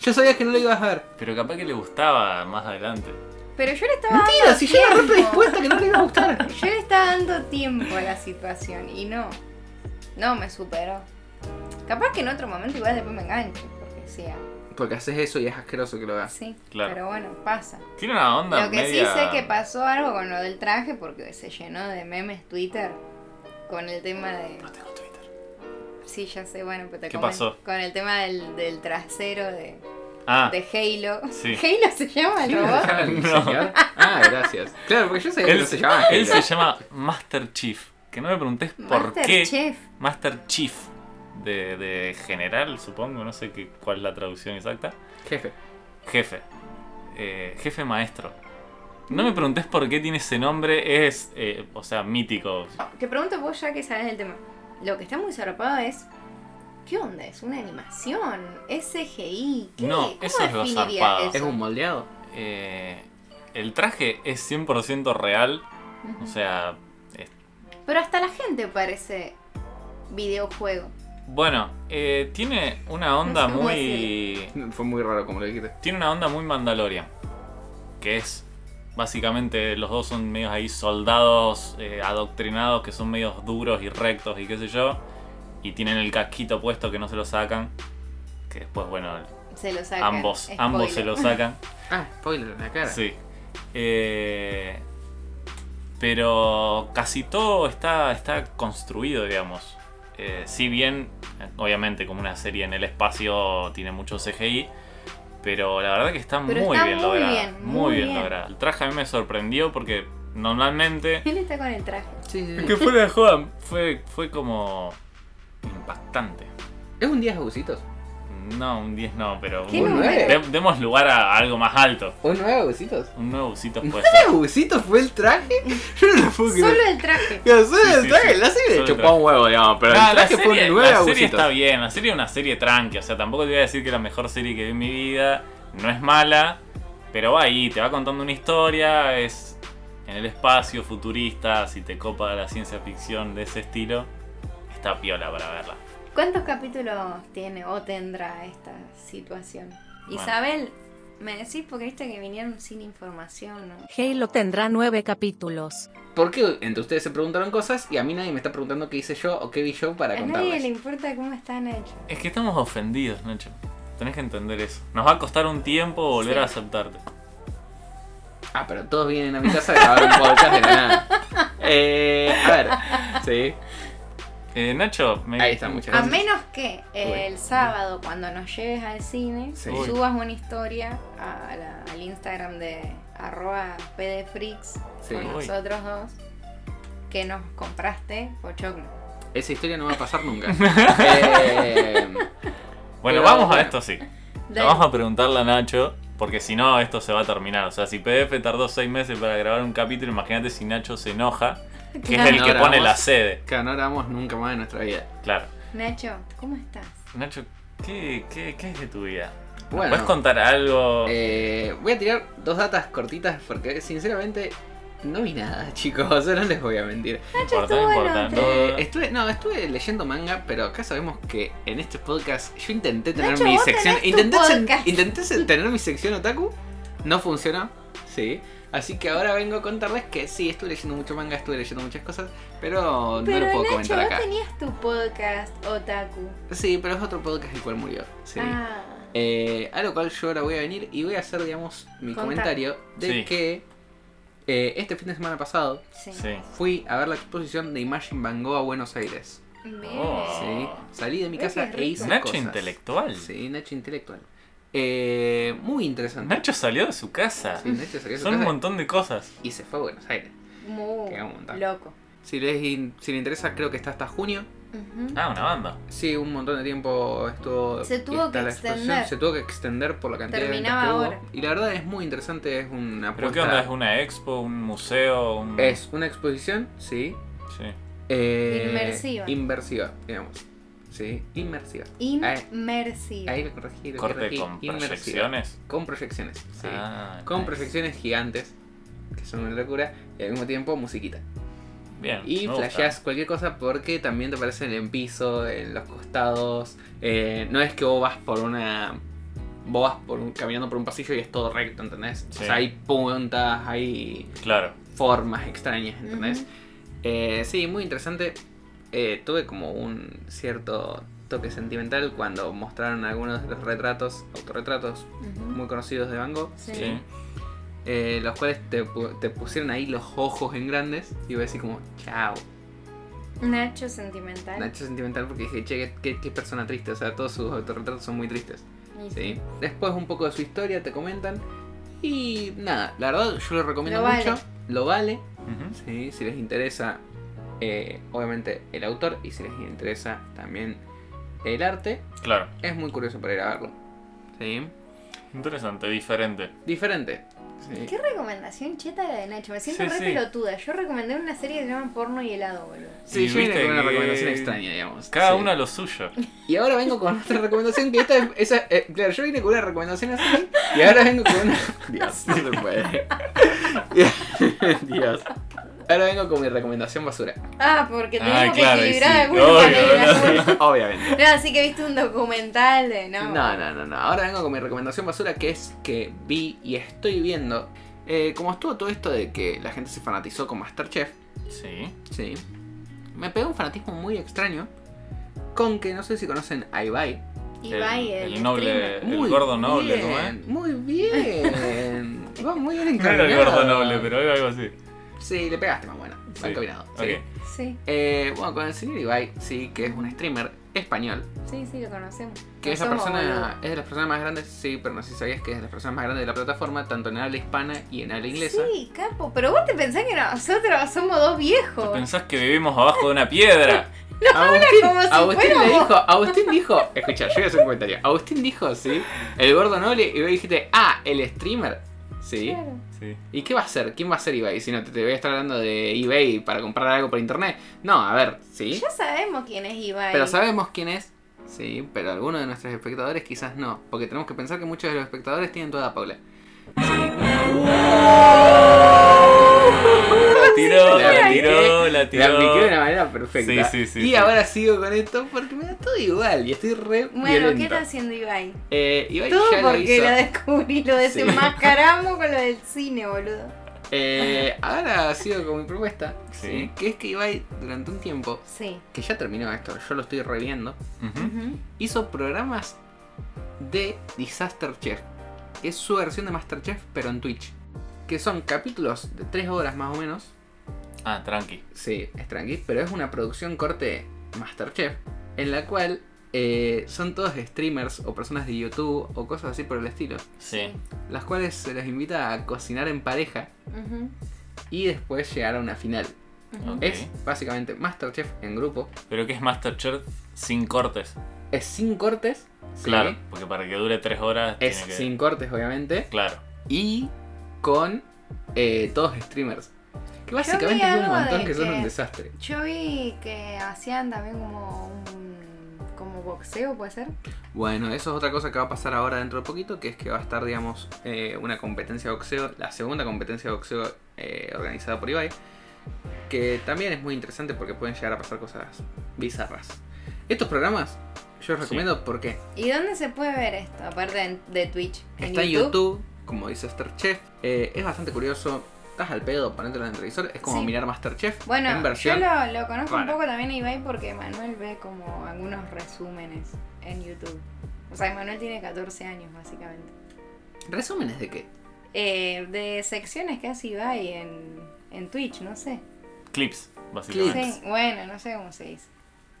yo sabía que no lo ibas a ver.
Pero capaz que le gustaba más adelante.
Pero yo le estaba
Mentira,
dando
si yo era re
tiempo.
predispuesta que no le iba a gustar. (laughs)
Yo le estaba dando tiempo a la situación y no. No me superó. Capaz que en otro momento igual después me engancho, porque sea.
Porque haces eso y es asqueroso que lo hagas.
Sí,
Ah, Claro.
pero bueno, pasa.
Tiene una onda
Lo que
media-
sí sé que pasó algo con lo del traje porque se llenó de memes Twitter con el tema de.
No tengo Twitter.
Sí, ya sé, bueno, pero te
¿Qué
comen-
pasó?
Con el tema del, del trasero de,
Ah,
de Halo.
Sí.
(laughs) ¿Halo se llama el
¿Sí me (laughs)
robot?
dejaba el
No.
señor? Ah, gracias. Claro, porque yo sabía que
él,
no se llamaba
él se
Halo.
llama Master Chief. Que no me preguntes por
Master
qué.
Chef.
Master Chief. De, de general, supongo. No sé qué, cuál es la traducción exacta.
Jefe.
Jefe. Eh, jefe maestro. No me preguntes por qué tiene ese nombre. Es, eh, o sea, mítico.
Te pregunto vos ya que sabes del tema. Lo que está muy zarpado es. ¿Qué onda? ¿Es una animación? ¿Es CGI? ¿Qué?
No,
¿Cómo
eso es lo
definirías
zarpado.
eso?
Es un moldeado.
Eh, el traje es 100% real.
Ujú.
O sea, es-
Pero hasta la gente parece videojuego.
bueno, eh, tiene una onda
sé cómo
muy.
Fue muy raro como lo dijiste.
Tiene una onda muy Mandalorian. Que es. Básicamente los dos son medios ahí soldados eh, adoctrinados que son medios duros y rectos y qué sé yo. Y tienen el casquito puesto que no se lo sacan. Que después, bueno,
Se lo sacan.
ambos, ambos se
spoiler.
lo sacan.
Ah, spoiler en la cara.
Sí. Eh, pero casi todo está, está construido, digamos. Eh, si bien, eh, obviamente, como una serie en el espacio tiene mucho CGI, pero la verdad que está
Pero
muy
está
bien
muy
lograda.
bien,
muy
muy
bien,
bien.
lograda. El traje a mí me sorprendió porque normalmente.
(laughs)
(laughs)
Él está con el traje.
Sí, sí, sí.
que fuera de joda, fue, fue como. impactante.
Es un 10 abusitos.
No, un 10 no, pero.
¿Qué
un-
número?
de- demos lugar a algo más alto.
¿Un 9 abusitos?
Un nuevo usito puede ser.
agusitos fue el traje? (laughs) Yo no lo puedo creer.
Solo el traje.
Que solo
Sí,
el
sí,
traje,
sí.
la serie
Solo
le
el
chupó
traje.
un huevo, digamos, pero
No,
el
Ah, la
traje fue
serie,
un 9
la serie está
agusitos.
bien, la serie es una serie tranqui, o sea, tampoco te voy a decir que es la mejor serie que vi en mi vida, no es mala, pero va ahí, te va contando una historia, es en el espacio, futurista, si te copa la ciencia ficción de ese estilo, está piola para verla.
¿Cuántos capítulos tiene o tendrá esta situación?
Bueno.
Isabel, me decís porque viste que vinieron sin información, ¿no?
Halo tendrá nueve capítulos.
¿Por qué entre ustedes se preguntaron cosas y a mí nadie me está preguntando qué hice yo o qué vi yo para
A nadie le
contarles?
importa cómo están hechos.
Es que estamos ofendidos, Nacho. Tenés que entender eso. Nos va a costar un tiempo volver
Sí.
a aceptarte.
Ah, pero todos vienen a mi casa a grabar un podcast de la nada. (laughs) Eh, a ver, sí.
Eh, Nacho, me...
Ahí está, muchas
A
gracias.
menos que eh, el sábado cuando nos lleves al cine
Sí.
subas una historia a la- al Instagram de arroba pdfreaks
Sí.
con
Uy.
nosotros dos que nos compraste pochoclo.
Esa historia no va a pasar nunca.
(laughs)
Eh,
Bueno,
Pero
vamos a
bueno.
esto sí.
Dale.
Vamos a preguntarle a Nacho, porque si no, esto se va a terminar. O sea, si PDF tardó seis meses para grabar un capítulo, imagínate si Nacho se enoja, que es
Claro.
el
No
que pone
grabamos.
la sede.
que no grabamos nunca más en nuestra vida.
Claro.
Nacho, ¿cómo estás?
Nacho, ¿qué, qué, qué es de tu vida? ¿Nos
Bueno.
¿Puedes contar algo?
Eh, voy a tirar dos datas cortitas porque sinceramente no vi nada, (laughs) chicos. O sea, no les voy a mentir.
importante,
estuvo en
importante.
Eh, estuve, no, estuve leyendo manga, pero acá sabemos que en este podcast yo intenté tener
Nacho,
mi
vos
sección.
tenés tu
Intenté, sen-
podcast.
intenté
(laughs)
sen- tener mi sección otaku, no funcionó, sí. Así que ahora vengo a contarles que sí, estuve leyendo mucho manga, estuve leyendo muchas cosas, pero, no lo
Pero
puedo
Nacho,
comentar
vos
acá.
tenías tu podcast Otaku.
Sí, pero es otro podcast el cual murió, sí.
Ah,
Eh, a lo cual yo ahora voy a venir y voy a hacer, digamos, mi
Contá.
comentario de
Sí.
que eh, este fin de semana pasado
sí.
Sí.
fui a ver la exposición de Imagine Van Gogh a Buenos Aires.
Bien.
Oh.
Sí. Salí de mi
Ve
casa
que
e
rico.
hice
Nacho
cosas.
intelectual.
Sí, Nacho intelectual. Eh, muy interesante.
Nacho salió de su casa.
Sí, Nacho salió de su
Son un
casa
montón de cosas.
y se fue a Buenos Aires.
Muy
Qué onda.
loco.
Si les, in- si les interesa, creo que está hasta junio.
Ujú.
Ah, una banda.
Sí, un montón de tiempo estuvo.
Se tuvo
está
que
la exposición,
extender.
Se tuvo que extender por la cantidad
Terminaba
de ventas que
ahora.
hubo. Y la verdad es muy interesante, es una
¿Pero qué
apuesta-
onda? ¿Es una expo, un museo? Un...
Es una exposición, sí.
Sí.
eh,
Inmersiva.
Inversiva, digamos. Sí, inmersiva.
Inmersivo.
Ahí lo corregí, lo
¿Corte
corregí,
con
inmersiva.
proyecciones?
Con proyecciones, sí.
Ah,
con
nice.
proyecciones gigantes, que son una locura, y al mismo tiempo musiquita.
Bien.
Y
me gusta.
flasheas cualquier cosa porque también te aparecen en piso, en los costados. eh, no es que vos vas por una. Vos vas por un- caminando por un pasillo y es todo recto, ¿entendés?
Sí.
O sea, hay puntas, hay
Claro.
formas extrañas, ¿entendés?
Ujú.
Eh, sí, muy interesante. Eh, tuve como un cierto toque sentimental cuando mostraron algunos de los retratos, autorretratos muy conocidos de Van Gogh.
Sí.
Sí.
eh, los cuales te, pu- te pusieron ahí los ojos en grandes y iba a decir como, chao.
Nacho sentimental.
Nacho sentimental porque dije, che, qué- qué, qué persona triste, o sea, todos sus autorretratos son muy tristes.
Y
¿sí? Después un poco de su historia, te comentan. Y nada, la verdad yo lo recomiendo
Lo vale.
mucho, lo vale,
Ujú.
¿sí? si les interesa, eh, obviamente el autor y si les interesa también el arte,
Claro.
es muy curioso para ir a verlo. ¿sí?
Interesante, diferente.
Diferente. ¿sí?
Qué recomendación cheta la de Nacho. Me siento
Sí,
re
sí.
pelotuda. Yo recomendé una serie que se llama Porno y helado, boludo.
Sí,
Y
yo vine
viste
con una
que
recomendación extraña, digamos.
Cada
sí.
uno lo suyo.
Y ahora vengo con otra recomendación que esta es- esa, eh, claro, yo vine con una recomendación así y ahora vengo con una Dios, no se puede. Dios. Ahora vengo con mi recomendación basura.
Ah, porque
Ah,
tenemos
claro,
que
y
equilibrar
sí.
alguna
Obvio,
manera.
¿no?
bueno.
Obviamente.
No, así que viste un documental de. No,
No, no, no, no. Ahora vengo con mi recomendación basura que es que vi y estoy viendo. Eh, como estuvo todo esto de que la gente se fanatizó con Masterchef,
Sí.
sí. Me pegó un fanatismo muy extraño con que no sé si conocen a Ibai.
Ibai, el,
el noble,
streamer.
el gordo noble, ¿cómo es?
bien,
(laughs)
Muy bien. Va muy bien
No era
encaminado.
el gordo noble, pero era algo así.
Sí, le pegaste más buena. Va
Sí.
encaminado. sí.
Ok.
Sí,
Eh, bueno, con el señor Ibai, sí, que es un streamer español.
sí, sí, lo conocemos.
Que
No
es, la
somos
persona,
boludos.
es de las personas más grandes, sí, pero no sé si sabías que es de las personas más grandes de la plataforma, tanto en habla hispana y en habla inglesa.
Sí, capo. Pero vos te pensás que nosotros somos dos
¿Te
(laughs) viejos.
pensás que vivimos abajo de una piedra?
Agustín,
como si
Agustín le
fuéramos.
dijo, Agustín dijo, escucha, yo voy a hacer un comentario. Agustín dijo, sí, el gordo noble, y vos dijiste, ah, el streamer. Sí.
Claro.
(laughs)
Sí.
¿Y qué va a hacer? ¿Quién va a ser eBay? Si no te, te voy a estar hablando de eBay para comprar algo por internet. No, a ver, sí.
Ya sabemos quién es Ibai.
Pero sabemos quién es. Sí, pero algunos de nuestros espectadores quizás no. Porque tenemos que pensar que muchos de los espectadores tienen toda Paula.
La tiró,
La
la
apliqué,
tiró, la
La apliqué de
tiró.
una manera perfecta.
Sí, sí, sí,
Y
sí.
ahora sigo con esto porque me da todo igual y estoy re
Bueno, ¿qué
violento.
está haciendo Ibai?
Eh, Ibai
Todo
ya lo
porque
hizo.
lo descubrí, lo
Sí.
desenmascaramos con lo del cine, boludo.
Eh, ahora sigo con mi propuesta.
Sí.
¿sí? Que es que Ibai durante un tiempo,
Sí.
que ya terminó esto, yo lo estoy reviendo.
Ujú.
hizo programas de Disaster Chef, que es su versión de Masterchef, pero en Twitch. Que son capítulos de 3 horas más o menos.
Ah, tranqui.
Sí, es tranqui, pero es una producción corte Masterchef, en la cual eh, son todos streamers o personas de YouTube o cosas así por el estilo,
Sí.
las cuales se les invita a cocinar en pareja
Ujú,
y después llegar a una final.
ujú.
Ok.
Es básicamente Masterchef en grupo,
Pero que es Masterchef sin cortes.
es sin cortes, sí,
Claro. Porque para que dure tres horas
es
tiene que.
sin cortes obviamente.
Claro.
y con eh, todos streamers. Que básicamente
vi
tiene un
algo
montón
de
que, son
que-
un desastre.
Yo vi que hacían también como un como boxeo, ¿puede ser?
Bueno, eso es otra cosa que va a pasar ahora dentro de poquito, que es que va a estar, digamos, eh, una competencia de boxeo, la segunda competencia de boxeo eh, organizada por Ibai, que también es muy interesante porque pueden llegar a pasar cosas bizarras. Estos programas yo
Sí.
los recomiendo porque
¿Y dónde se puede ver esto? Aparte de, de Twitch.
está en YouTube, como dice Masterchef, eh, es bastante curioso, estás al pedo, ponértelo en el televisor, es como
Sí.
mirar Masterchef en
Bueno, yo
versión
lo, lo conozco un
rara.
poco también a Ibai porque Manuel ve como algunos resúmenes en YouTube. O sea, Manuel tiene 14 años básicamente.
resúmenes de qué.
Eh, de secciones que hace Ibai en, en Twitch, no sé.
Clips,
Sí,
básicamente.
bueno, no sé cómo se dice.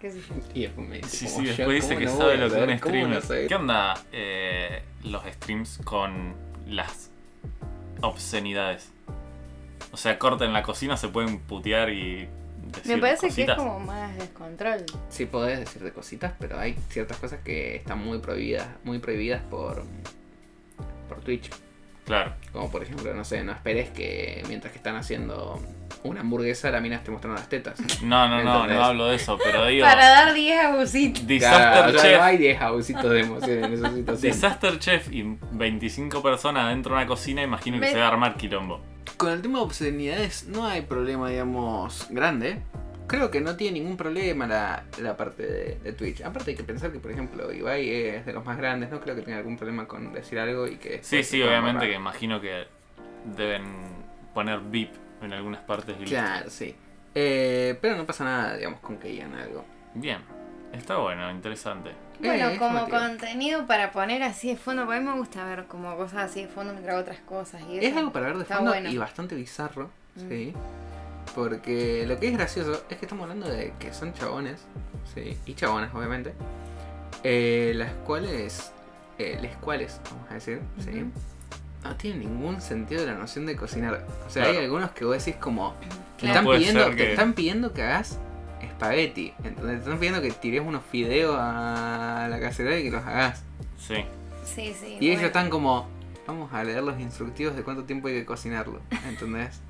qué sé yo.
Y después me dice,
Sí,
como,
sí,
yo,
después dice
Oh, ¿cómo
que
no voy
sabe
a
lo que
saber?
un
¿Cómo
streamer.
no sé?
¿Qué onda eh, los streams con las obscenidades? O sea, corta en la cocina, se pueden putear y decir
Me parece que es
cositas.
como más descontrol.
Sí, podés decir de cositas, pero hay ciertas cosas que están muy prohibidas, muy prohibidas por, por Twitch.
Claro,
Como por ejemplo, no sé, no esperes que mientras que están haciendo una hamburguesa la mina esté mostrando
(laughs)
las tetas.
no, no, no,
¿Entendés?
no hablo de eso, pero digo...
Para dar 10 abusitos.
Disaster
Claro, o sea,
Chef
no hay 10 abusitos de emoción en esa situación.
Disaster Chef y 25 personas dentro de una cocina, imagino que
Me-
se va a armar quilombo.
Con el tema de obscenidades no hay problema, digamos, grande. Creo que no tiene ningún problema la, la parte de, de Twitch. Aparte hay que pensar que, por ejemplo, Ibai es de los más grandes, no creo que tenga algún problema con decir algo y que...
Sí,
después
sí,
se ponga
obviamente que
raro.
imagino que deben poner VIP en algunas partes del
Claro, sí. Eh, pero no pasa nada, digamos, con que digan algo.
Bien, está bueno, interesante.
(laughs) Bueno,
es
como
llamativo.
contenido para poner así de fondo, porque a mí me gusta ver como cosas así de fondo mientras otras cosas. Y
Es
eso.
algo para ver de
Está
fondo
bueno.
y bastante bizarro,
Mm.
sí. Porque lo que es gracioso es que estamos hablando de que son chabones, sí, y chabonas, obviamente, eh, las cuales, eh, les cuales, vamos a decir, sí,
Ujú.
no tienen ningún sentido la noción de cocinar. O sea, hay
Claro.
algunos que vos decís como, te,
Claro.
están
puede
pidiendo,
ser
te
que-
están pidiendo que hagas espagueti, entonces te están pidiendo que tires unos fideos a la cacerola y que los hagas.
Sí.
Sí, sí.
Y ellos
bueno.
están como, vamos a leer los instructivos de cuánto tiempo hay que cocinarlo, ¿entendés?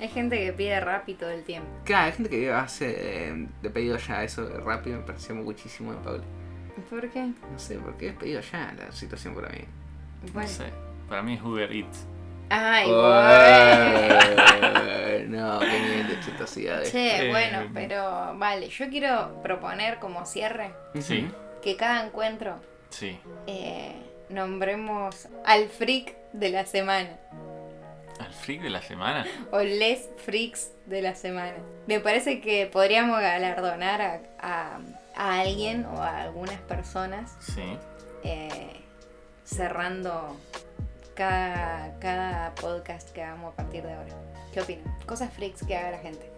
Hay gente que pide rápido todo el tiempo.
Claro, hay gente que hace eh, de pedido ya, eso de rápido me pareció muchísimo de Paula.
¿Por qué?
No sé, por qué es pedido ya la situación para mí.
Bueno.
No sé, para mí es Uber Eats.
(laughs)
Ay, bueno.
Eh, no, qué nivel de chistosidades.
Che,
Eh,
bueno, pero vale, yo quiero proponer como cierre
Sí,
que cada encuentro
sí.
eh, nombremos al freak de la semana
¿Al freak de la semana?
o les freaks de la semana. Me parece que podríamos galardonar a, a- a alguien o a algunas personas
Sí.
eh, cerrando cada, cada podcast que hagamos a partir de ahora. ¿Qué opinan? Cosas freaks que haga la gente.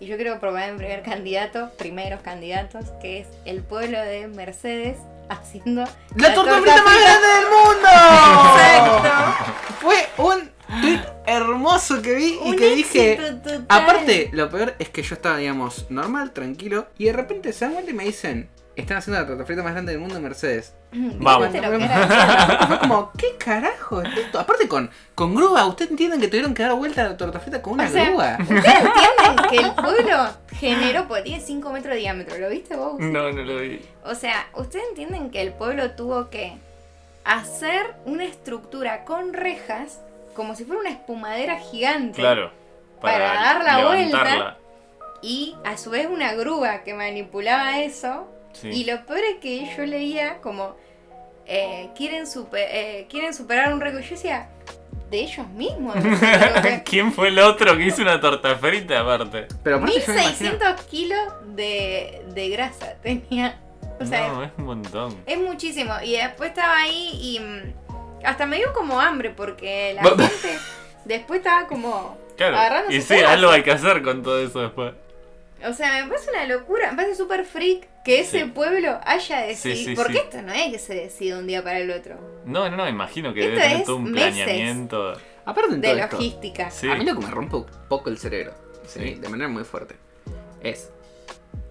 Y yo quiero probar en primer candidato, primeros candidatos, que es el pueblo de Mercedes haciendo
¡La torta frita más
frita.
grande del mundo!
Exacto.
Fue un tweet hermoso que vi y
Un
que dije.
éxito total. (clears throat)
Aparte, lo peor es que yo estaba, digamos, normal, tranquilo, y de repente se dan vuelta y me dicen, están haciendo la torta frita más grande del mundo en Mercedes.
Vamos.
¿Viste lo que era? (laughs)
Fue como, ¿qué carajo es esto? Aparte con, con grúa, ¿ustedes entienden que tuvieron que dar vuelta a la torta frita con una
O sea,
grúa?
¿Ustedes entienden que el pueblo generó, porque tiene 5 metros de diámetro? ¿Lo viste vos?
No, no lo vi.
O sea, ¿ustedes entienden que el pueblo tuvo que hacer una estructura con rejas como si fuera una espumadera gigante?
Claro.
Para dar la
levantarla.
vuelta. Y a su vez una grúa que manipulaba eso.
Sí.
Y lo peor es que yo leía como, eh, quieren, super- eh, quieren superar un récord. Yo decía, de ellos mismos. Porque
(laughs) ¿Quién fue el otro que hizo una torta frita aparte?
Pero aparte yo me imagino,
1600 kilos de, de grasa tenía. O sea,
no, es un montón.
es muchísimo. Y después estaba ahí y mm, hasta me dio como hambre
(laughs)
porque la gente después estaba como...
Claro.
agarrando
Y
su
sí,
pedazo.
algo hay que hacer con todo eso después.
O sea, me parece una locura, me parece súper freak que ese
Sí.
pueblo haya decidido...
Sí, sí,
porque
sí.
esto no es que se decida un día para el otro.
No, no, no, imagino que
Esto
debe tener
es
todo un
meses.
planeamiento.
aparte en todo
De
esto,
logística.
Sí.
a mí lo que me rompe un poco el cerebro, ¿sí?
Sí.
de manera muy fuerte, es,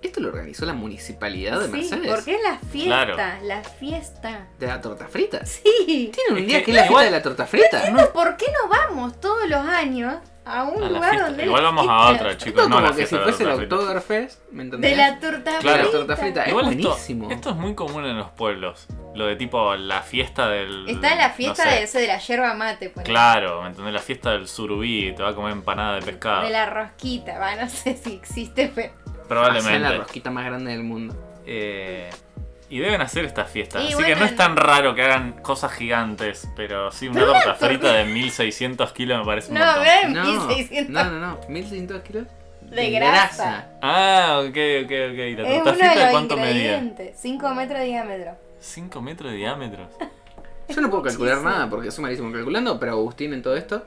¿esto lo organizó la municipalidad de
Sí,
Mercedes?
porque es la fiesta,
Claro.
la fiesta.
¿De la torta frita?
Sí.
¿Tienen un
Es
día
que
que es la fiesta
igual-
de la torta frita?
No, ¿por qué no vamos todos los años a un
A la
lugar
fiesta.
donde.
Igual
la
vamos a
fiesta
otra,
Esto
chicos. No a
como
la
que si
fiesta de la
fuese el
torta frita.
Oktoberfest, ¿me entendés?
De la torta
Claro.
frita.
La torta frita. Es
Igual
buenísimo.
Esto, esto es muy común en los pueblos. Lo de tipo la fiesta del.
Está la fiesta
Mm, no sé.
de, ese de la yerba mate, por
Claro, ¿me entendés? La fiesta del surubí, te va a comer empanada de pescado.
De la rosquita, va, no sé si existe, pero.
Hacían la
Probablemente.
rosquita más grande del
(laughs)
mundo.
Eh, y deben hacer estas fiestas.
Y
Así
bueno,
que no es tan raro que hagan cosas gigantes, pero sí, una
Pero
torta
torta-
frita de 1600 kilos me parece un
No,
montón.
¿verdad?
No,
1600.
no, no, no. 1600 kilos
De grasa.
Ah, ok, ok, ok. ¿Y la
Es
torta
uno de
frita de
los
cuánto medía?
ingredientes. 5 metros de diámetro.
5 metros de diámetro.
Yo no puedo calcular
Muchísimo.
nada porque soy malísimo calculando, pero Agustín en todo esto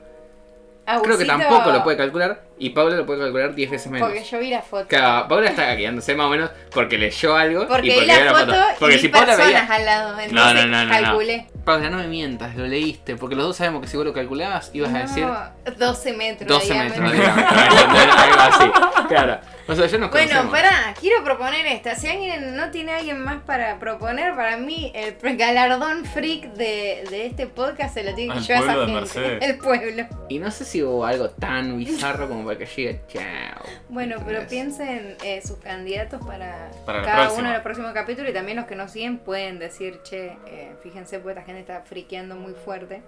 Creo que
Agusito-
tampoco lo puede calcular y Paula lo puede calcular 10 veces menos.
Porque yo vi la foto.
Claro, Paula está guiándose más o menos porque leyó algo y
Porque vi
porque vio
la foto,
Porque
y
si
vi
Paula
personas
veía.
al lado. Entonces
No, no, no, no, no.
calculé.
Paula, no me mientas, lo leíste, porque los dos sabemos que si vos lo calculabas ibas a decir
No, 12 metros.
12
de
metros.
diámetro.
digamos, (laughs) algo así. Claro. O sea, yo no
Bueno, pará, quiero proponer esta. Si alguien no tiene alguien más para proponer, para mí el pre- galardón freak de, de este podcast se lo tiene que
Al
llevar
pueblo
esa
de
gente.
Mercedes.
El pueblo.
Y no sé si hubo algo tan bizarro como para que llegue chao.
Bueno, pero
¿Entendés?
piensen eh, sus candidatos para,
Para la
cada
próxima.
uno en el próximo capítulo y también los que nos siguen pueden decir, che, eh, fíjense, pues esta gente está friqueando muy fuerte.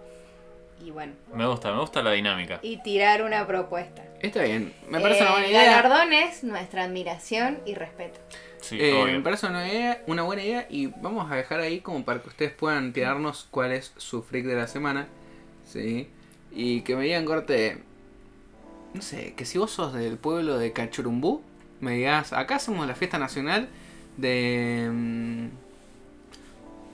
Y bueno,
Me gusta, me gusta la dinámica.
y tirar una propuesta.
Está bien, me parece una
Eh,
buena
el
idea.
galardón es nuestra admiración y respeto.
Sí,
Eh,
obvio.
me parece una, idea- una buena idea y vamos a dejar ahí como para que ustedes puedan tirarnos cuál es su freak de la semana. ¿sí? Y que me digan corte, no sé, que si vos sos del pueblo de Cachurumbú, me digas, acá hacemos la fiesta nacional de... mm,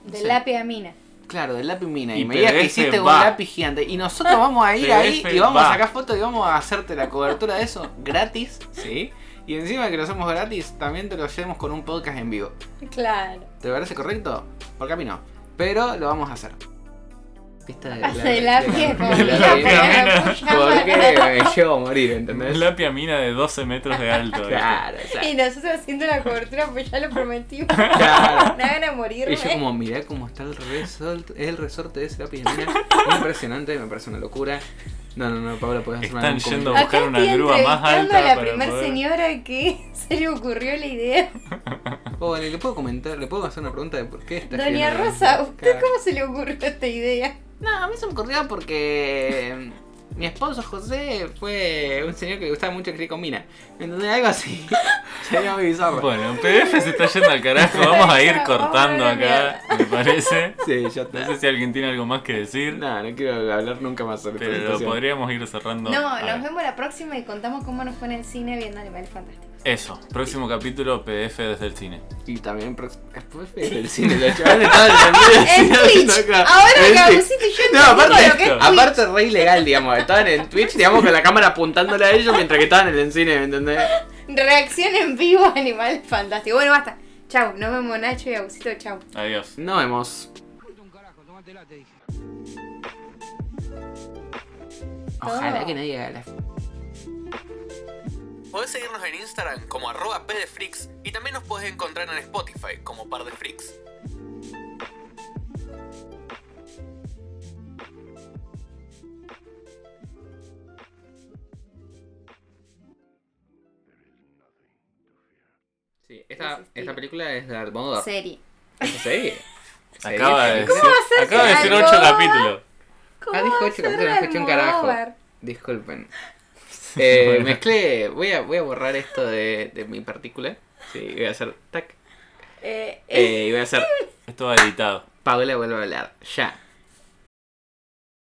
De
Sí.
lápiz a mina.
Claro, del lápiz mina. Y,
Y
me digas que
PDF
hiciste un
va.
lápiz gigante. Y nosotros vamos a ir ahí
PDF
y vamos a
va.
sacar fotos y vamos a hacerte la cobertura de eso gratis. ¿sí? Y encima que lo hacemos gratis, también te lo hacemos con un podcast en vivo.
Claro.
¿Te parece correcto? Porque a mí no. Pero lo vamos a hacer. Pista de
Hace (laughs) la
la-
Porque me llevo a morir, ¿entendés?
La piamina de 12 metros de alto. ¿viste?
Claro, claro.
Y nosotros haciendo la cobertura, pues ya lo prometimos.
claro.
Me van a morir. ¿eh?
Y yo como, mirá cómo está el resorte, el resorte de ese lápiz de mina. Impresionante, me parece una locura. No, no, no, Pablo, podés hacer una
Están yendo
comida.
buscar una grúa más alta
a la
para
primer
poder-
señora que (laughs) se le ocurrió la idea.
Pobre, Oh, le puedo comentar, le puedo hacer una pregunta de por qué está
Doña
haciendo-
Rosa, ¿usted
Claro.
cómo se le ocurrió esta idea?
No, a mí se me ocurrió porque em, mi esposo José fue un señor que le gustaba mucho escribir con mina. Entonces algo así. (laughs) Sería muy bizarro.
Bueno, PDF se está yendo al carajo. Vamos
(laughs)
a ir cortando
Vamos a la
acá, me parece.
Sí, ya
No
está.
sé si alguien tiene algo más que decir,
No, no quiero hablar nunca más sobre
pero lo
presentación.
podríamos ir cerrando.
No,
a
nos
ver.
vemos la próxima y contamos cómo nos fue en el cine viendo Animales
(laughs)
Fantásticos.
Eso, próximo capítulo PDF desde el cine.
Y también prox- después del cine, la chaval estaba
(laughs)
defendiendo el
En
cine haciendo
Twitch.
acá.
Ahora
En
que
Twitch.
Agusito y yo
No,
entendimos
aparte,
lo que es
esto.
Twitch.
aparte re ilegal, digamos. Estaban en Twitch, digamos, con la cámara apuntándole a ellos mientras que estaban en el cine, ¿me entendés?
Reacción en vivo a Animales Fantásticos. Bueno, basta. Chau, nos vemos Nacho y Agusito, chau.
Adiós.
Nos vemos. Ojalá
Todo.
que nadie haga la... Podés seguirnos en Instagram como arroba pdfreaks y también nos podés encontrar en Spotify como par de freaks. Sí, esta, esta película es de Almodóvar.
Serie.
¿Esta serie?
Acaba de decir,
vas a
acaba de
hacer
decir 8
algo?
capítulos.
Ah, dijo ocho
va a ser
capítulos, escuché un carajo.
Almodóvar?
Disculpen. Eh,
bueno.
Mezclé. Voy a, voy a borrar esto de, de mi partícula. Sí, voy a hacer tac.
Eh,
Eh, y voy a hacer
Esto va editado.
Paula vuelve a hablar. Ya.